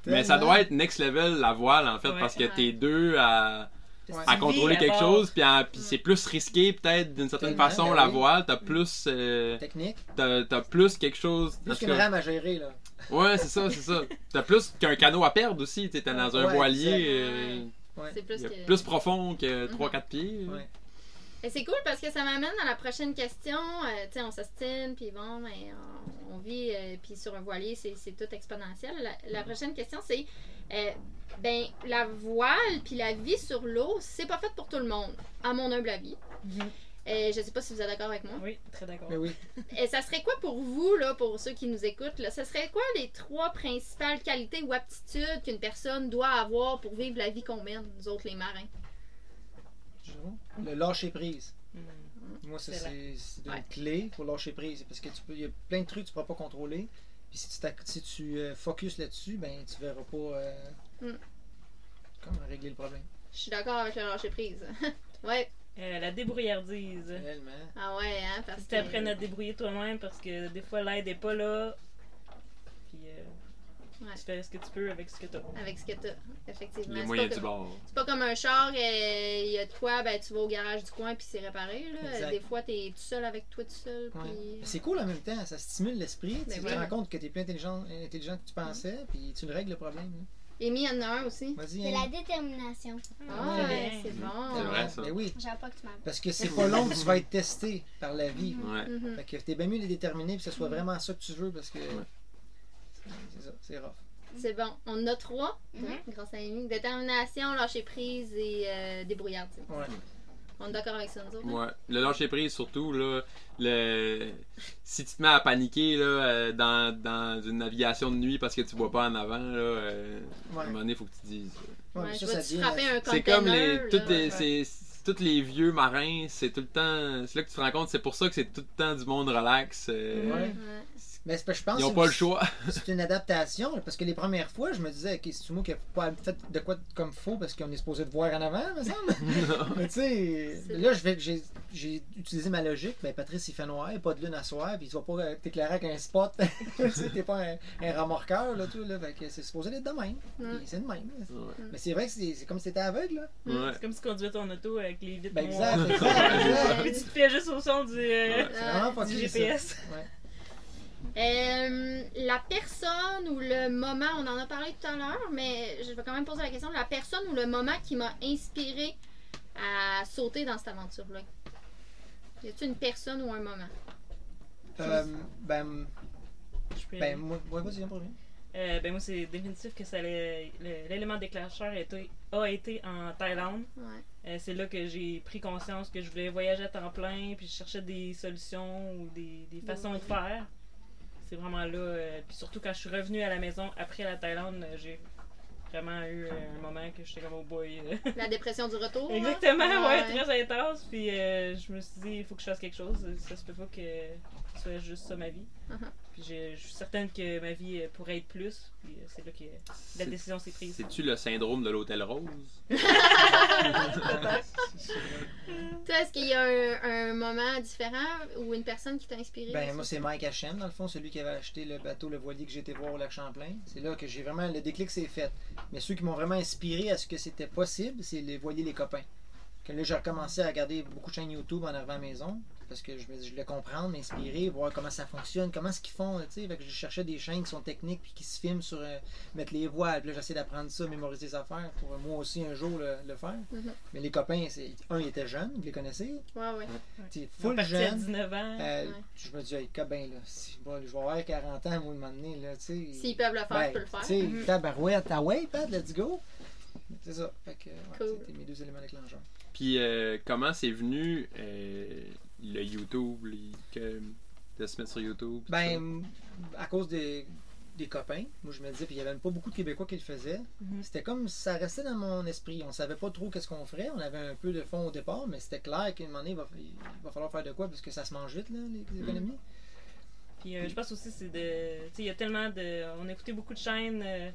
Mais ça
Tellement.
doit être next level la voile en fait
Ouais.
parce que t'es deux à,
le choix.
à
Tu
contrôler
vis à
quelque
bord.
chose, puis à- puis c'est plus risqué peut-être d'une certaine
Mm. Tellement,
façon
ben
la
oui.
voile, t'as plus, euh,
Technique,
t'as t'as plus quelque chose. en
plus
tout
qu'une
cas,
rame à gérer, là.
Ouais, c'est ça, c'est ça. T'as plus qu'un canot à perdre aussi. T'es dans un
Ouais,
voilier
exact.
euh,
C'est plus
il y a
que-
plus profond que
Mhm.
3-4 pieds.
Ouais.
Et c'est cool parce que ça m'amène à la prochaine question. Euh, tu sais, on s'ostine, puis bon, ben, on, on vit, euh, puis sur un voilier, c'est c'est tout exponentiel. La, la prochaine question, c'est euh, ben, la voile, puis la vie sur l'eau, c'est pas fait pour tout le monde, à mon humble avis.
Mhm.
Euh, je sais pas si vous êtes d'accord avec moi.
Oui, très d'accord.
Mais oui.
Et ça serait quoi pour vous, là, pour ceux qui nous écoutent, là, ça serait quoi les trois principales qualités ou aptitudes qu'une personne doit avoir pour vivre la vie qu'on mène, nous autres les marins?
Le lâcher prise.
Mm.
Moi, ça,
C'est
c'est c'est une
Ouais.
clé pour lâcher prise. Parce que tu peux, il y a plein de trucs que tu ne pourras pas contrôler. Puis si tu, t'ac- si tu euh, focus là-dessus, ben tu verras pas euh,
Mm.
comment régler le problème.
Je suis d'accord avec le lâcher prise. [LAUGHS] ouais.
Euh, la débrouillardise.
Réellement.
Ah ouais, hein, parce
Si
que...
tu apprennes à te débrouiller toi-même parce que des fois l'aide n'est pas là. Puis euh,
Ouais.
tu fais ce que tu peux avec ce que tu as.
Avec ce que t'as, effectivement.
Les
C'est
moyens
pas
du
comme-
bord.
C'est pas comme un char, euh, il y a de quoi, ben tu vas au garage du coin puis c'est réparé, là.
Exact.
Des fois, t'es tout seul avec toi tout seul,
Ouais.
puis...
Mais C'est cool en même temps, ça stimule l'esprit.
Ben
Tu te
oui.
rends compte que tu es plus intelligent, intelligent que tu pensais, puis tu le règles le problème. là.
Amy, il y en a un aussi.
Vas-y. hein.
C'est
Annie.
la détermination.
Ah
c'est
ouais,
bien.
c'est bon.
C'est vrai, ça.
Ben oui,
J'avais pas que tu m'appelles.
parce que
[LAUGHS]
c'est pas long que tu vas être testé par la vie.
Ouais.
Mhm.
Fait que t'es bien mieux de déterminer que ce
Mm-hmm.
soit vraiment ça que tu veux parce que.
Ouais.
C'est ça, c'est rough.
C'est bon. On en a trois,
Mhm.
hein, grâce à Amy. Détermination, lâcher prise et euh, débrouillard.
Ouais.
On est d'accord avec ça, nous autres? hein?
Ouais. Le lâcher prise, surtout, là, le... si tu te mets à paniquer là, euh, dans, dans une navigation de nuit parce que tu vois pas en avant, là, euh, à un
Ouais.
moment donné, faut que tu te dises.
Ouais,
Ouais,
mais
je
ça, ça
vais te
vient-
frapper un
C'est
container.
comme les,
là.
toutes les,
ouais.
c'est- c'est- tous les vieux marins, c'est tout le temps. C'est là que tu te rends compte, c'est pour ça que c'est tout le temps du monde relax. euh,
Ouais.
Ouais.
Mais Ben, c'est parce que je pense
Ils n'ont
que
pas le
c'est-
choix.
C'est une adaptation parce que les premières fois, je me disais, ok, c'est-tu moi qui a pas fait de quoi comme faux parce qu'on est supposé de voir en avant, me
[LAUGHS]
semble. [LAUGHS] Mais tu sais,
C'est
là, je vais- j'ai j'ai utilisé ma logique. Ben, Patrice, il fait noir, pas de lune à soir, puis tu vas pas euh, t'éclairer avec un spot. [LAUGHS] tu sais, t'es pas un, un remorqueur, là, tout, là. Fait que c'est supposé d'être de même.
Ouais.
Puis C'est de même. là.
Ouais.
Mais c'est vrai que c'est c'est comme si t'étais aveugle, là.
Ouais.
C'est comme si tu conduisais ton auto avec les vitres.
Ben,
noires.
exact, exact, exact.
Puis tu te fais juste au son du, euh,
C'est vraiment pas
du
cool, ça.
GPS.
Ouais.
Euh, la personne ou le moment, on en a parlé tout à l'heure, mais je vais quand même poser la question. La personne ou le moment qui m'a inspiré à sauter dans cette aventure-là. Y a-t-il une personne ou un moment?
Euh, ben,
Je peux y
ben,
aller.
moi, moi, vas-y, viens pour lui.
Euh, ben moi, c'est définitif que ça allait- le- l'élément déclencheur a été, a été en Thaïlande.
Ouais.
Euh, c'est là que j'ai pris conscience que je voulais voyager à temps plein, puis je cherchais des solutions ou des, des façons de faire. C'est vraiment là. euh, puis surtout quand je suis revenue à la maison après la Thaïlande, euh, j'ai vraiment eu euh, un moment que j'étais comme au boy. euh.
La dépression du retour. là?
Exactement, ouais,
Ouais.
très intense. Puis euh, je me suis dit, il faut que je fasse quelque chose. Ça se peut pas que qui soit juste ça ma vie.
Mhm.
Puis je, je suis certaine que ma vie euh, pourrait être plus. Puis euh, c'est là que la
C'est-
décision s'est prise.
C'est-tu le syndrome de l'hôtel Rose?
[LAUGHS]
Toi, est-ce qu'il y a un, un moment différent ou une personne qui t'a inspiré?
Ben,
aussi?
moi, c'est Mike Hachem, dans le fond, celui qui avait acheté le bateau, le voilier que j'étais voir au lac Champlain. C'est là que j'ai vraiment. Le déclic s'est fait. Mais ceux qui m'ont vraiment inspiré à ce que c'était possible, c'est les voiliers Les Copains. Que là, j'ai recommencé à regarder beaucoup de chaînes YouTube en arrivant à la maison. Parce que je, me- je voulais comprendre, m'inspirer, voir comment ça fonctionne, comment ce qu'ils font. Tu sais, Fait que je cherchais des chaînes qui sont techniques puis qui se filment sur euh, mettre les voiles. Puis là, j'essaie d'apprendre ça, mémoriser les affaires pour euh, moi aussi un jour le, le faire.
Mhm.
Mais les copains, c'est, un, ils étaient jeunes, vous les connaissez.
Ouais, ouais.
Ils étaient
On
full
partait à
jeunes.
19
Ben,
ans.
Euh,
Ouais.
Je me dis, hey, Cobin, là, si, bon, je vais avoir 40 ans, moi, un moment donné, là, tu sais.
S'ils peuvent le faire,
ben,
tu peux le faire.
Tu sais,
Mhm.
tabarouette, ah ouais, Pat, let's go. C'est ça. Fait que, ouais,
Cool.
c'était mes deux éléments déclencheurs.
Puis euh, comment c'est venu euh, le YouTube, les- que- de se mettre sur YouTube? tout
Ben, m- à cause des, des copains, moi, je me disais, puis il n'y avait même pas beaucoup de Québécois qui le faisaient.
Mhm.
C'était comme, ça restait dans mon esprit. On savait pas trop qu'est-ce qu'on ferait. On avait un peu de fond au départ, mais c'était clair qu'à un moment donné, il va, il va falloir faire de quoi, parce que ça se mange vite, là, les
Mhm.
économies.
Puis euh, je pense aussi, c'est de. Tu sais, il y a tellement de. On a écouté beaucoup de chaînes. euh,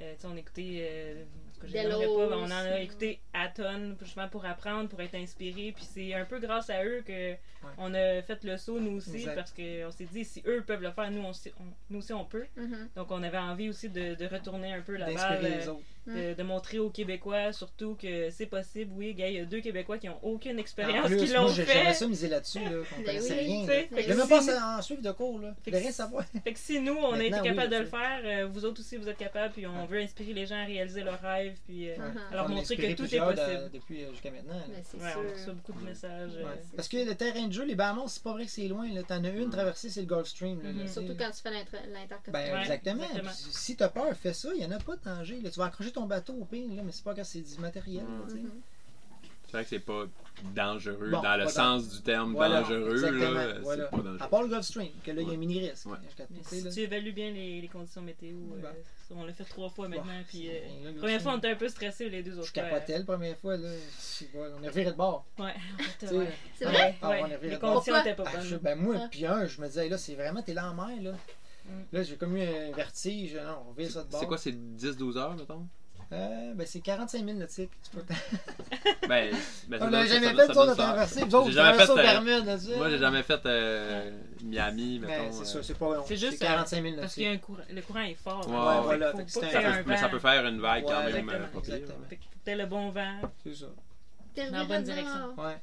euh, tu sais, on a écouté. euh, en tout cas, je les
Bellows.
nommerai pas, mais on en a écouté à tonnes, justement pour apprendre, pour être inspiré. Puis c'est un peu grâce à eux que on a fait le saut, nous aussi,
Exact.
parce qu'on s'est dit, si eux peuvent le faire, nous, on, sait- on- nous aussi, on peut.
Mhm.
Donc on avait envie aussi de, de retourner un peu la balle.
D'inspirer les
euh,
autres.
de, de montrer aux Québécois surtout que c'est possible. Oui, gars, il y a deux Québécois qui n'ont aucune
Ah, En
expérience
plus,
qui
moi,
l'ont
j'ai- j'aimerais
fait.
ça miser là-dessus, là, qu'on
Ben
connaissait
oui,
rien. là.
tu sais. Fait que
Je vais même
si-
pas en- en suivre de cours, là. Je
Fait que
vais rien
si-
savoir.
Fait que si nous, on a été
Maintenant, oui,
capable de
je
le faire, euh, vous autres aussi, vous êtes capables, puis on veut inspirer les gens à réaliser leurs rêves, puis euh,
Mhm.
leur
On a
montrer
inspiré
que tout est
plusieurs
possible.
de- depuis euh, jusqu'à maintenant. là.
Mais c'est
Ouais, on
sûr.
reçoit beaucoup de messages.
Ouais.
euh,
Parce que le terrain de jeu, les Bahamas, c'est pas vrai que c'est loin. là. T'en as une
Mm.
traversée, c'est le Gulf Stream. là,
Mhm.
là, tu sais.
Surtout quand tu fais l'inter- l'intercontinental.
Ben,
Ouais,
exactement.
exactement.
Puis Si t'as peur, fais ça. Il n'y en a pas de danger. là. Tu vas accrocher ton bateau au pire, là, mais c'est pas quand c'est du matériel.
Mm.
tu sais.
Mm-hmm.
Mhm.
C'est vrai que c'est pas dangereux
Bon,
dans le
pas
sens du terme
Voilà,
dangereux,
exactement,
là. C'est
voilà.
pas
À
dangereux.
part le Gulf Stream, que là, il y a
Ouais.
un mini risque.
Ouais.
jusqu'à-
mais
tu sais,
si
là.
tu évalues bien les, les conditions météo, euh,
Bon.
ça, on l'a fait trois fois
Bon,
maintenant, puis euh,
Bah, c'est- le
première
Gulf
fois,
Stream.
on était un peu stressés les deux autres
Je
fois.
capotais la première fois. Là. Je sais pas, On est reviré de bord.
Ouais, euh, en fait,
tu
ouais.
sais.
C'est vrai?
Ouais,
Ah,
ouais.
on est
Les
vraiment-
conditions n'étaient pas
Ah, je-
bonnes.
ben moi,
Ah.
puis un, je me disais, hey, là, c'est vraiment, t'es là en mer, là.
Mm.
Là, j'ai comme eu un vertige. Non, on vire ça de bord.
C'est quoi, c'est 10-12 heures, mettons?
Euh, ben, c'est 45 000 nautiques. C'est pas tant.
ben, ben, ça
On
donne-
n'a
Ah, ça-
jamais
ça-
fait
ça
le tour
donne
de
ça.
traversée. Vous autres,
J'ai
vous
jamais
traversez au
fait, euh,
Bermude, là, tu sais.
Moi, j'ai jamais fait euh, Miami,
Ben,
mettons.
c'est
euh,
ça, c'est pas long.
C'est juste,
C'est 45 000
Parce qu'il y
nautiques.
a un courant, le courant est fort.
Ouais,
hein.
ouais,
Fait
voilà.
qu'il
Fait que
faut pas
c'est
qu'il y
un-
ait un
mais ça
vent.
peut faire une vague quand
Ouais,
même. euh, pas
exactement,
pire.
exactement.
Fait que t'as le bon vent.
C'est ça.
T'es
Dans la
reviré
bonne
de
direction.
bord.
Ouais.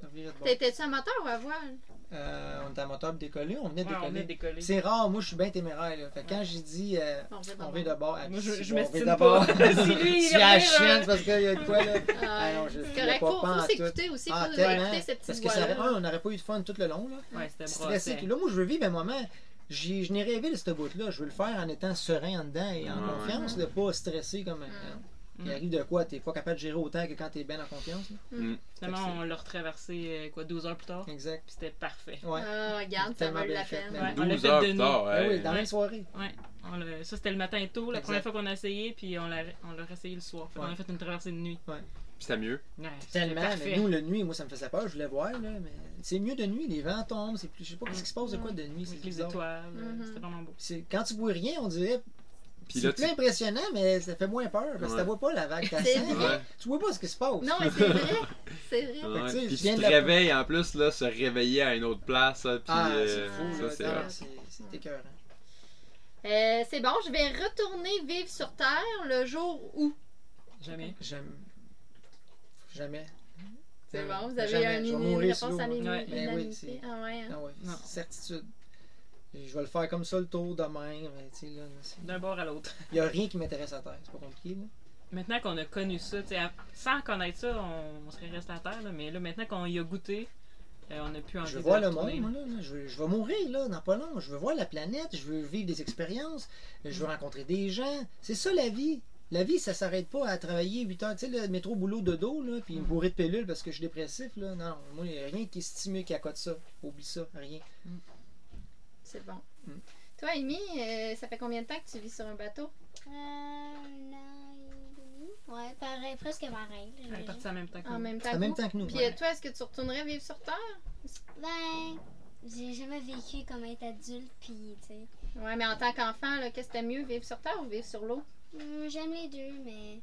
Ça virait de bord.
T'étais-tu amateur ou à voile?
Euh, on était à moteur décollé, on venait de
Ouais, on est
décoller.
décollé.
C'est rare, moi je suis bien téméraire. Là. Fait que quand j'ai dit euh,
On revient de
on
bord.
vient de bord, ah,
Moi, je,
si,
je
bon, on
m'estime
vire de
pas. [LAUGHS]
bord.
si lui, il
Si à
revient,
chienne,
euh,
c'est parce qu'il y a de quoi là.
Ah,
non, je-
c'est
je l'ai
correct.
pas
Faut,
pas
faut
en
s'écouter aussi.
Ah,
Faut
tellement.
écouter cette
Parce
petite
que ça,
voix-là.
un, on n'aurait pas eu de fun tout le long là.
Ouais, c'était
stressé.
brossé.
Puis là, moi, je veux vivre un moment. J'ai- Je n'ai rêvé de ce bout-là. Je veux le faire en étant serein en dedans et en
Ouais,
confiance, de pas stresser comme. hein. Il
Mm.
arrive de quoi T'es pas capable de gérer autant que quand t'es bien en confiance. là.
Finalement, on l'a retraversé, euh, quoi, 12 heures plus tard. Puis
Exact.
c'était parfait.
Ouais.
Ah, regarde, ça
Tellement
vaut
bien
la
fait,
peine.
mais-
Ouais, on l'a
12
fait
heures
de
plus tard,
nuit.
Ben
ouais.
oui, dans la même soirée.
Ouais, on l'a- ça c'était le matin tôt, la
Exact.
première fois qu'on a essayé, puis on l'a on l'a réessayé le soir. Fait qu'on
Ouais.
a fait une traversée de nuit.
Puis c'était mieux.
Ouais, c'était
Tellement,
parfait.
mais nous, la nuit, moi, ça me faisait peur, je voulais voir, là, mais c'est mieux de nuit, les vents tombent, c'est plus, je sais pas ce qui se passe de quoi de nuit, c'est
Avec les
bizarre.
étoiles, euh,
Mhm.
c'était vraiment beau.
C'est- Quand tu vois rien, on dirait,
Puis là,
c'est
tu...
plus impressionnant, mais ça fait moins peur, parce que
Ouais.
tu vois pas la vague, t'as
C'est
sens,
Ouais.
tu vois pas ce qui se passe.
Non, mais c'est vrai. C'est vrai.
Ouais.
Fait que, tu sais,
Puis
je
tu
viens
te
de la-
réveilles en plus, là, se réveiller à une autre place. là, Puis
Ah, c'est
euh,
fou,
ça,
là,
c'est
non,
vrai.
c'est c'est écœurant.
Euh, c'est bon, je vais retourner vivre sur Terre le jour où.
Jamais.
J'aime. Jamais.
C'est
Jamais.
bon, vous
Ben,
avez
Jamais.
un-
Je vais
une,
mourir sous
réponse à
l'eau, moi.
l'uni-
Ouais.
Ben oui, c'est-
l'unanimité. Ah ouais, hein.
Ah ouais,
Non.
certitude. Je vais le faire comme ça le tour demain, mais tu sais, là, c'est-
D'un bord à l'autre.
il y a rien qui m'intéresse à terre, c'est pas compliqué, là.
Maintenant qu'on a connu ça, tu sais, à- sans connaître ça, on, on serait resté à terre, là, mais là, maintenant qu'on y a goûté, euh, on a pu enlever
Je veux voir le monde, hein. moi, là. là. Je, veux- je vais mourir, là, dans pas long. Je veux voir la planète, je veux vivre des expériences, je
Mm.
veux rencontrer des gens. C'est ça, la vie. La vie, ça s'arrête pas à travailler 8 heures. Tu sais, le métro, boulot, dodo, là,
Mm.
puis me bourrer de pilules parce que je suis dépressif, là. Non, moi, il n'y a rien qui est stimule qui accote ça. Oublie ça, rien.
C'est bon.
Mm.
Toi, Amy, euh, ça fait combien de temps que tu vis sur un bateau?
Euh, un an et demi. Ouais, pareil, presque pareil.
On est
j'imagine.
partis en même temps que
En
nous.
même temps
En
que
même
nous?
temps que nous.
Puis
ouais.
euh, toi, est-ce que tu retournerais vivre sur Terre?
Ben, J'ai jamais vécu comme être adulte, puis tu sais.
Ouais, mais en tant qu'enfant, là, qu'est-ce que t'aimes mieux, vivre sur terre ou vivre sur l'eau?
Hum, J'aime les deux, mais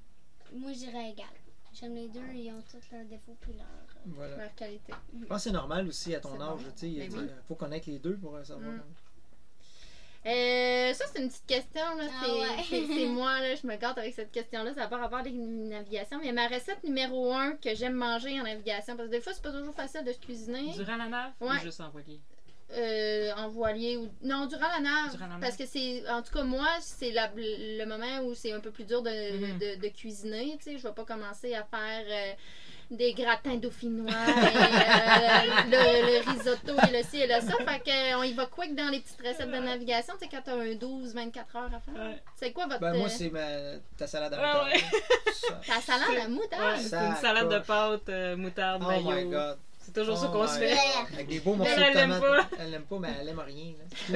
moi j'irais égal. J'aime les deux, ils ont tous leurs défauts puis leurs. euh,
Voilà.
Leur qualité.
Je pense que c'est normal aussi à ton
C'est
âge. tu
bon.
sais, Il
Ben oui.
faut connaître les deux pour euh, savoir.
Mm. Euh, ça, c'est une petite question. là.
Ah
C'est-
ouais. [LAUGHS]
c'est c'est moi, là, je me garde avec cette question-là. Ça n'a pas rapport avec la navigation. Mais ma recette numéro un que j'aime manger en navigation, parce que des fois, c'est pas toujours facile de se cuisiner
Durant la nave
Ouais.
ou juste en voilier?
euh, en voilier ou. Non, durant la nave.
Durant la nave.
Parce que c'est. En tout cas, moi, c'est la- le moment où c'est un peu plus dur de,
Mhm.
de, de cuisiner. Tu sais, je vais pas commencer à faire. euh, des gratins dauphinois,
[LAUGHS]
et, euh, le, le risotto et le ci et le ça. Fait que, euh, on y va quick dans les petites recettes de navigation, tu sais, quand t'as un 12-24 heures à faire. C'est quoi votre.
Ben, moi,
euh,
c'est ma... ta salade à
Ah
moutarde.
[LAUGHS]
Ça.
Ta salade à
Ouais,
moutarde?
c'est
Ça
une salade de
coche.
pâtes, euh, moutarde,
Oh my
mayo.
god.
C'est toujours ça
Oh
qu'on
my
se fait.
God. Avec des beaux morceaux
elle
de
l'aime
tomates. Elle l'aime pas, mais elle aime rien.
[LAUGHS]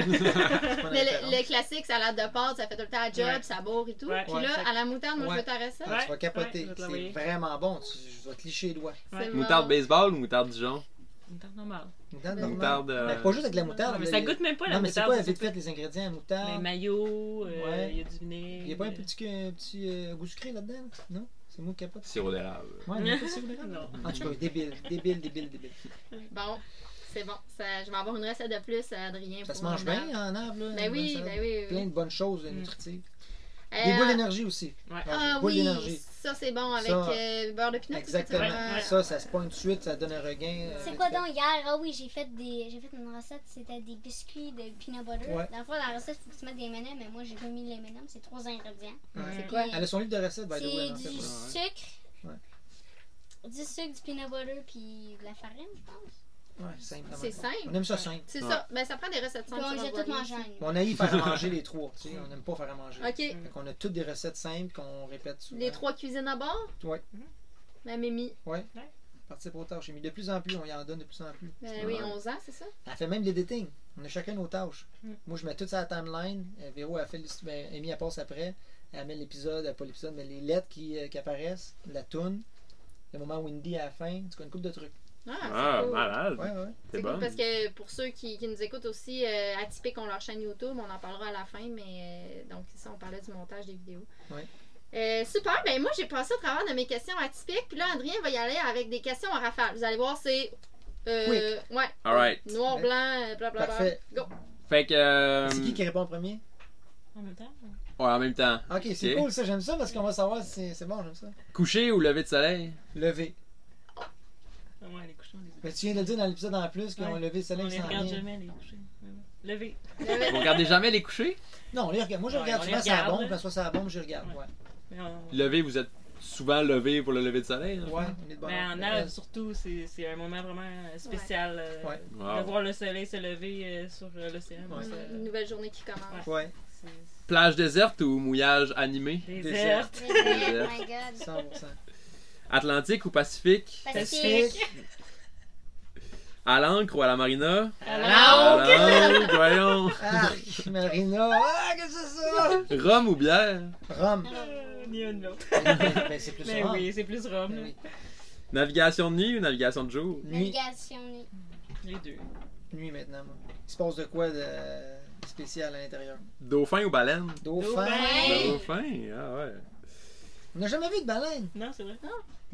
là. C'est pas
Mais
différent.
le, le classique salade de pâtes, ça fait tout le temps la job,
Ouais.
ça bourre et tout.
Ouais.
Puis
Ouais,
là,
fait-
à la moutarde, moi,
Ouais.
je veux ta recette.
Ah,
Ouais,
tu vas capoter.
ouais, je vais te l'envoyer.
c'est vraiment bon. Tu- je vais te licher les doigts.
Ouais.
C'est
Moutarde
bon.
baseball ou moutarde Dijon
Moutarde normale.
Une dent normale.
Moutarde. euh,
Ben, pas juste avec la moutarde.
mais
le-
ça goûte même pas la
Non, mais c'est
moutarde.
quoi, vite
surtout-
fait, les ingrédients la
Mais
moutarde
mayo, euh, il
Ah. Ouais.
y a du euh, vinaigre.
Il n'y a pas un petit, un petit euh, goût sucré là-dedans là? Non C'est moi qui capote.
Sirop d'érable.
Ouais, mais pas de sirop d'érable.
Non.
En tout cas, débile, débile, débile, débile.
Bon, c'est bon. Ça- je vais avoir une recette de plus, euh, Adrien.
Ça
pour
se mange
mon
bien
âme.
en arbre, là.
Ben
une
oui,
bonne
ben
salade.
oui. oui.
Ah, Plein de bonnes choses euh,
Mm.
nutritives.
Euh,
Des boules d'énergie aussi.
Ouais.
Ah
Boules
oui,
d'énergie.
ça c'est bon avec
Ça,
euh, beurre de pinot.
Exactement.
Ouais, ouais.
Ça, ça se pointe tout de suite, ça donne un regain. euh,
C'est quoi
vite fait.
donc hier? Ah oui, j'ai fait des j'ai fait une recette, c'était des biscuits de peanut butter.
Ouais.
Dans le fond, la recette, faut que tu mettes des M&M, mais moi j'ai pas mis les M&M, c'est trois ingrédients.
C'est
Ouais.
quoi?
Elle a son livre de recettes, by the way.
C'est
en
du
fait, ouais.
sucre. Du sucre, du peanut butter, puis de la farine, je pense.
Ouais, simple.
C'est
On
simple.
aime ça simple.
C'est
Ouais.
ça. Ben ça prend des recettes
Puis
simples.
on les
sur
a
un
toutes
voilier.
mangées en une.
On a faire à manger les trois, tu sais. On n'aime pas faire à manger.
Ah,
Ok.
Fait qu'on a toutes des recettes simples qu'on répète souvent.
Les trois cuisines à bord?
Ouais.
La Mimi.
Participe aux tâches. J'ai mis de plus en plus, on y en donne de plus en plus.
Ben oui,
Ouais.
11 ans, c'est ça?
Elle fait même des dating. On a chacun nos tâches.
Mm.
Moi, je mets tout ça à la timeline. Euh, Véro, elle fait le- ben, Amy, elle passe après. Elle met l'épisode, euh, pas l'épisode, mais les lettres qui, euh, qui apparaissent, la toune, le moment Windy à la fin. Tu connais une couple de trucs.
Ah,
Ah,
c'est cool.
malade.
Ouais, ouais.
C'est
C'est
bon.
cool parce que pour ceux qui, qui nous écoutent aussi, euh, Atypique ont leur chaîne YouTube, on en parlera à la fin, mais euh, donc ça, on parlait du montage des vidéos.
Ouais.
Euh, super, ben moi j'ai passé au travers de mes questions atypiques, puis là Adrien va y aller avec des questions en rafale. Vous allez voir, c'est euh, ouais,
All right.
noir,
Ben,
blanc, euh, blablabla.
parfait.
Go.
Fait que. euh,
C'est qui qui répond en premier
En même temps?
Ouais, en même temps.
Ok, c'est
Ok.
cool ça, j'aime ça parce qu'on va savoir si c'est- c'est bon, j'aime ça.
Coucher ou lever de soleil
Levé.
Ah Ouais, les couchons, les
Mais tu viens de le dire dans l'épisode en plus qu'on
Ouais.
a levé le
On
soleil
les
Ben, sans
regarde
rien.
jamais, les couchers. Levé.
Vous regardez jamais les couchers
Non, on les regarde. Moi, je
Ouais,
regarde
on les
souvent ça
regarde,
bombe,
là.
ben, soit ça bombe, je regarde. Ouais.
Mais on-
Lever, vous êtes souvent levé pour le lever de soleil. hein?
Ouais, on est de bonne
Mais
heure.
en nave, surtout, c'est c'est un moment vraiment spécial. euh,
Ouais.
De
Wow.
voir le soleil se lever euh, sur euh, l'océan.
Ouais.
ça,
Une nouvelle journée qui commence.
Ouais,
c'est-
Plage déserte ou mouillage animé
c'est
Désert.
déserte.
Oh my god.
[LAUGHS]
100%.
Atlantique ou Pacifique
Pacifique.
À l'ancre ou à la marina
Alors,
À l'ancre, voyons.
Arc, Marina, ah, qu'est-ce que c'est
Rhum ou bière
ça? Rome.
Euh, Ni un ni l'autre.
Mais c'est plus
Mais
rare.
oui, c'est plus rhum.
Ben oui.
Navigation de nuit ou navigation de jour
Nuit,
Navigation.
Les deux.
nuit maintenant. moi. Il se passe de quoi de spécial à l'intérieur?
Dauphin ou baleine
Dauphin.
ben,
Dauphin. Hey.
Dauphin, ah ouais.
On n'a jamais vu de baleine.
Non, c'est vrai.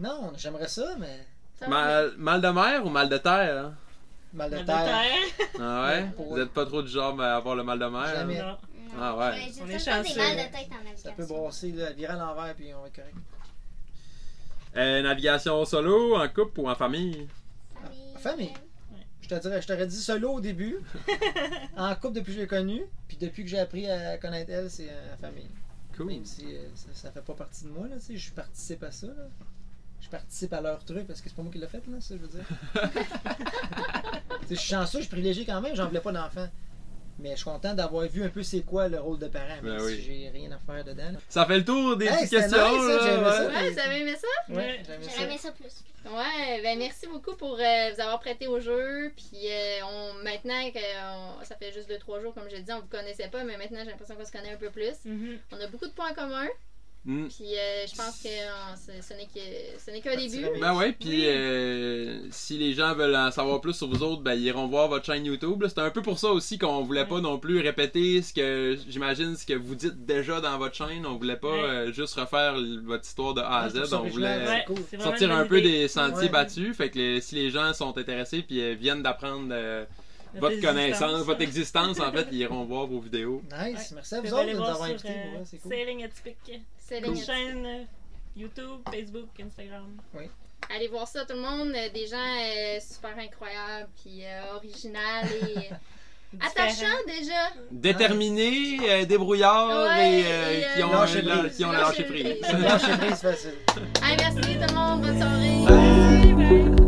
Non, j'aimerais ça, mais
Ça va,
Mal, mal de mer ou mal de terre hein?
mal de
La
terre.
terre.
Ah ouais
Ouais, pour-
Vous êtes pas trop du genre à avoir le mal de mer
Jamais.
Non.
Ah ouais.
J'ai
On
tout
est
le temps des
chanceux.
mal de tête en navigation.
Ça peut brasser, là, virer à l'envers, puis on va être correct.
Euh, Navigation solo, en couple ou en famille
Famille.
Famille. Je te dirais, je t'aurais dit solo au
[LAUGHS]
début, en couple depuis que je l'ai connue, puis depuis que j'ai appris à connaître elle, c'est en famille.
Cool.
Même si euh, ça, ça fait pas partie de moi, là, tu sais, je participe à ça, là. Je participe à leur truc parce que c'est pas moi qui l'ai fait, là, ça, je
[LAUGHS]
veux dire. Tu sais, je suis chanceux, je suis privilégié quand même, j'en voulais pas d'enfant. Mais je suis content d'avoir vu un peu c'est quoi le rôle de parent, même
Ben
si
oui.
j'ai rien à faire dedans. là.
Ça fait le tour des
Hey,
petites
c'était
questions.
nice, ça,
là,
j'aimais ça.
ouais.
Ouais, vous avez aimé ça?
Ouais.
j'aimais
J'aurais aimé ça plus.
Ouais, ben merci beaucoup pour euh, vous avoir prêté au jeu. Puis euh, on, maintenant que euh, on- ça fait
Euh,
juste 2-3 jours, comme je l'ai dit, on vous connaissait pas, mais maintenant j'ai l'impression qu'on se connaît un peu plus.
Mhm.
On a beaucoup de points communs.
Mm.
Puis euh, je pense que euh, ce ce n'est que ce n'est qu'un
Partir
début.
avec-
Ben ouais, puis euh, si les gens veulent en savoir plus sur vous autres, ben ils iront voir votre chaîne YouTube. là. C'est un peu pour ça aussi qu'on voulait pas non plus répéter ce que j'imagine ce que vous dites déjà dans votre chaîne. On voulait pas
Ouais.
euh, juste refaire l- votre histoire de A à
Ouais, je trouve
Z.
ça
On
original,
voulait
ouais.
Ouais,
cool.
c'est vraiment
sortir
une
un
bonne
peu
idée.
des sentiers
Ouais.
battus. Fait que les- si les gens sont intéressés puis euh, viennent d'apprendre euh,
Notre
votre
existence.
connaissance, votre existence, en fait, ils iront voir vos vidéos.
Nice, merci à
Vous
vous autres
allez
de nous
voir
avoir
sur
invités. pour
euh,
vrai, C'est cool.
Sailing Atypique.
C'est
Une
les-
chaîne euh, YouTube, Facebook, Instagram.
Allez voir ça tout le monde, euh, des gens euh, super incroyables puis euh, originales et attachants déjà.
Déterminés, euh, débrouillards
Ouais,
et, euh,
et, euh,
qui ont
Lâcher
la-
prise.
qui ont
Lâcher
lâché
[LAUGHS]
prise.
prise.
Non, je sais bien, c'est facile.
Allez, merci tout le monde, bonne soirée.
Bye.
Bye bye.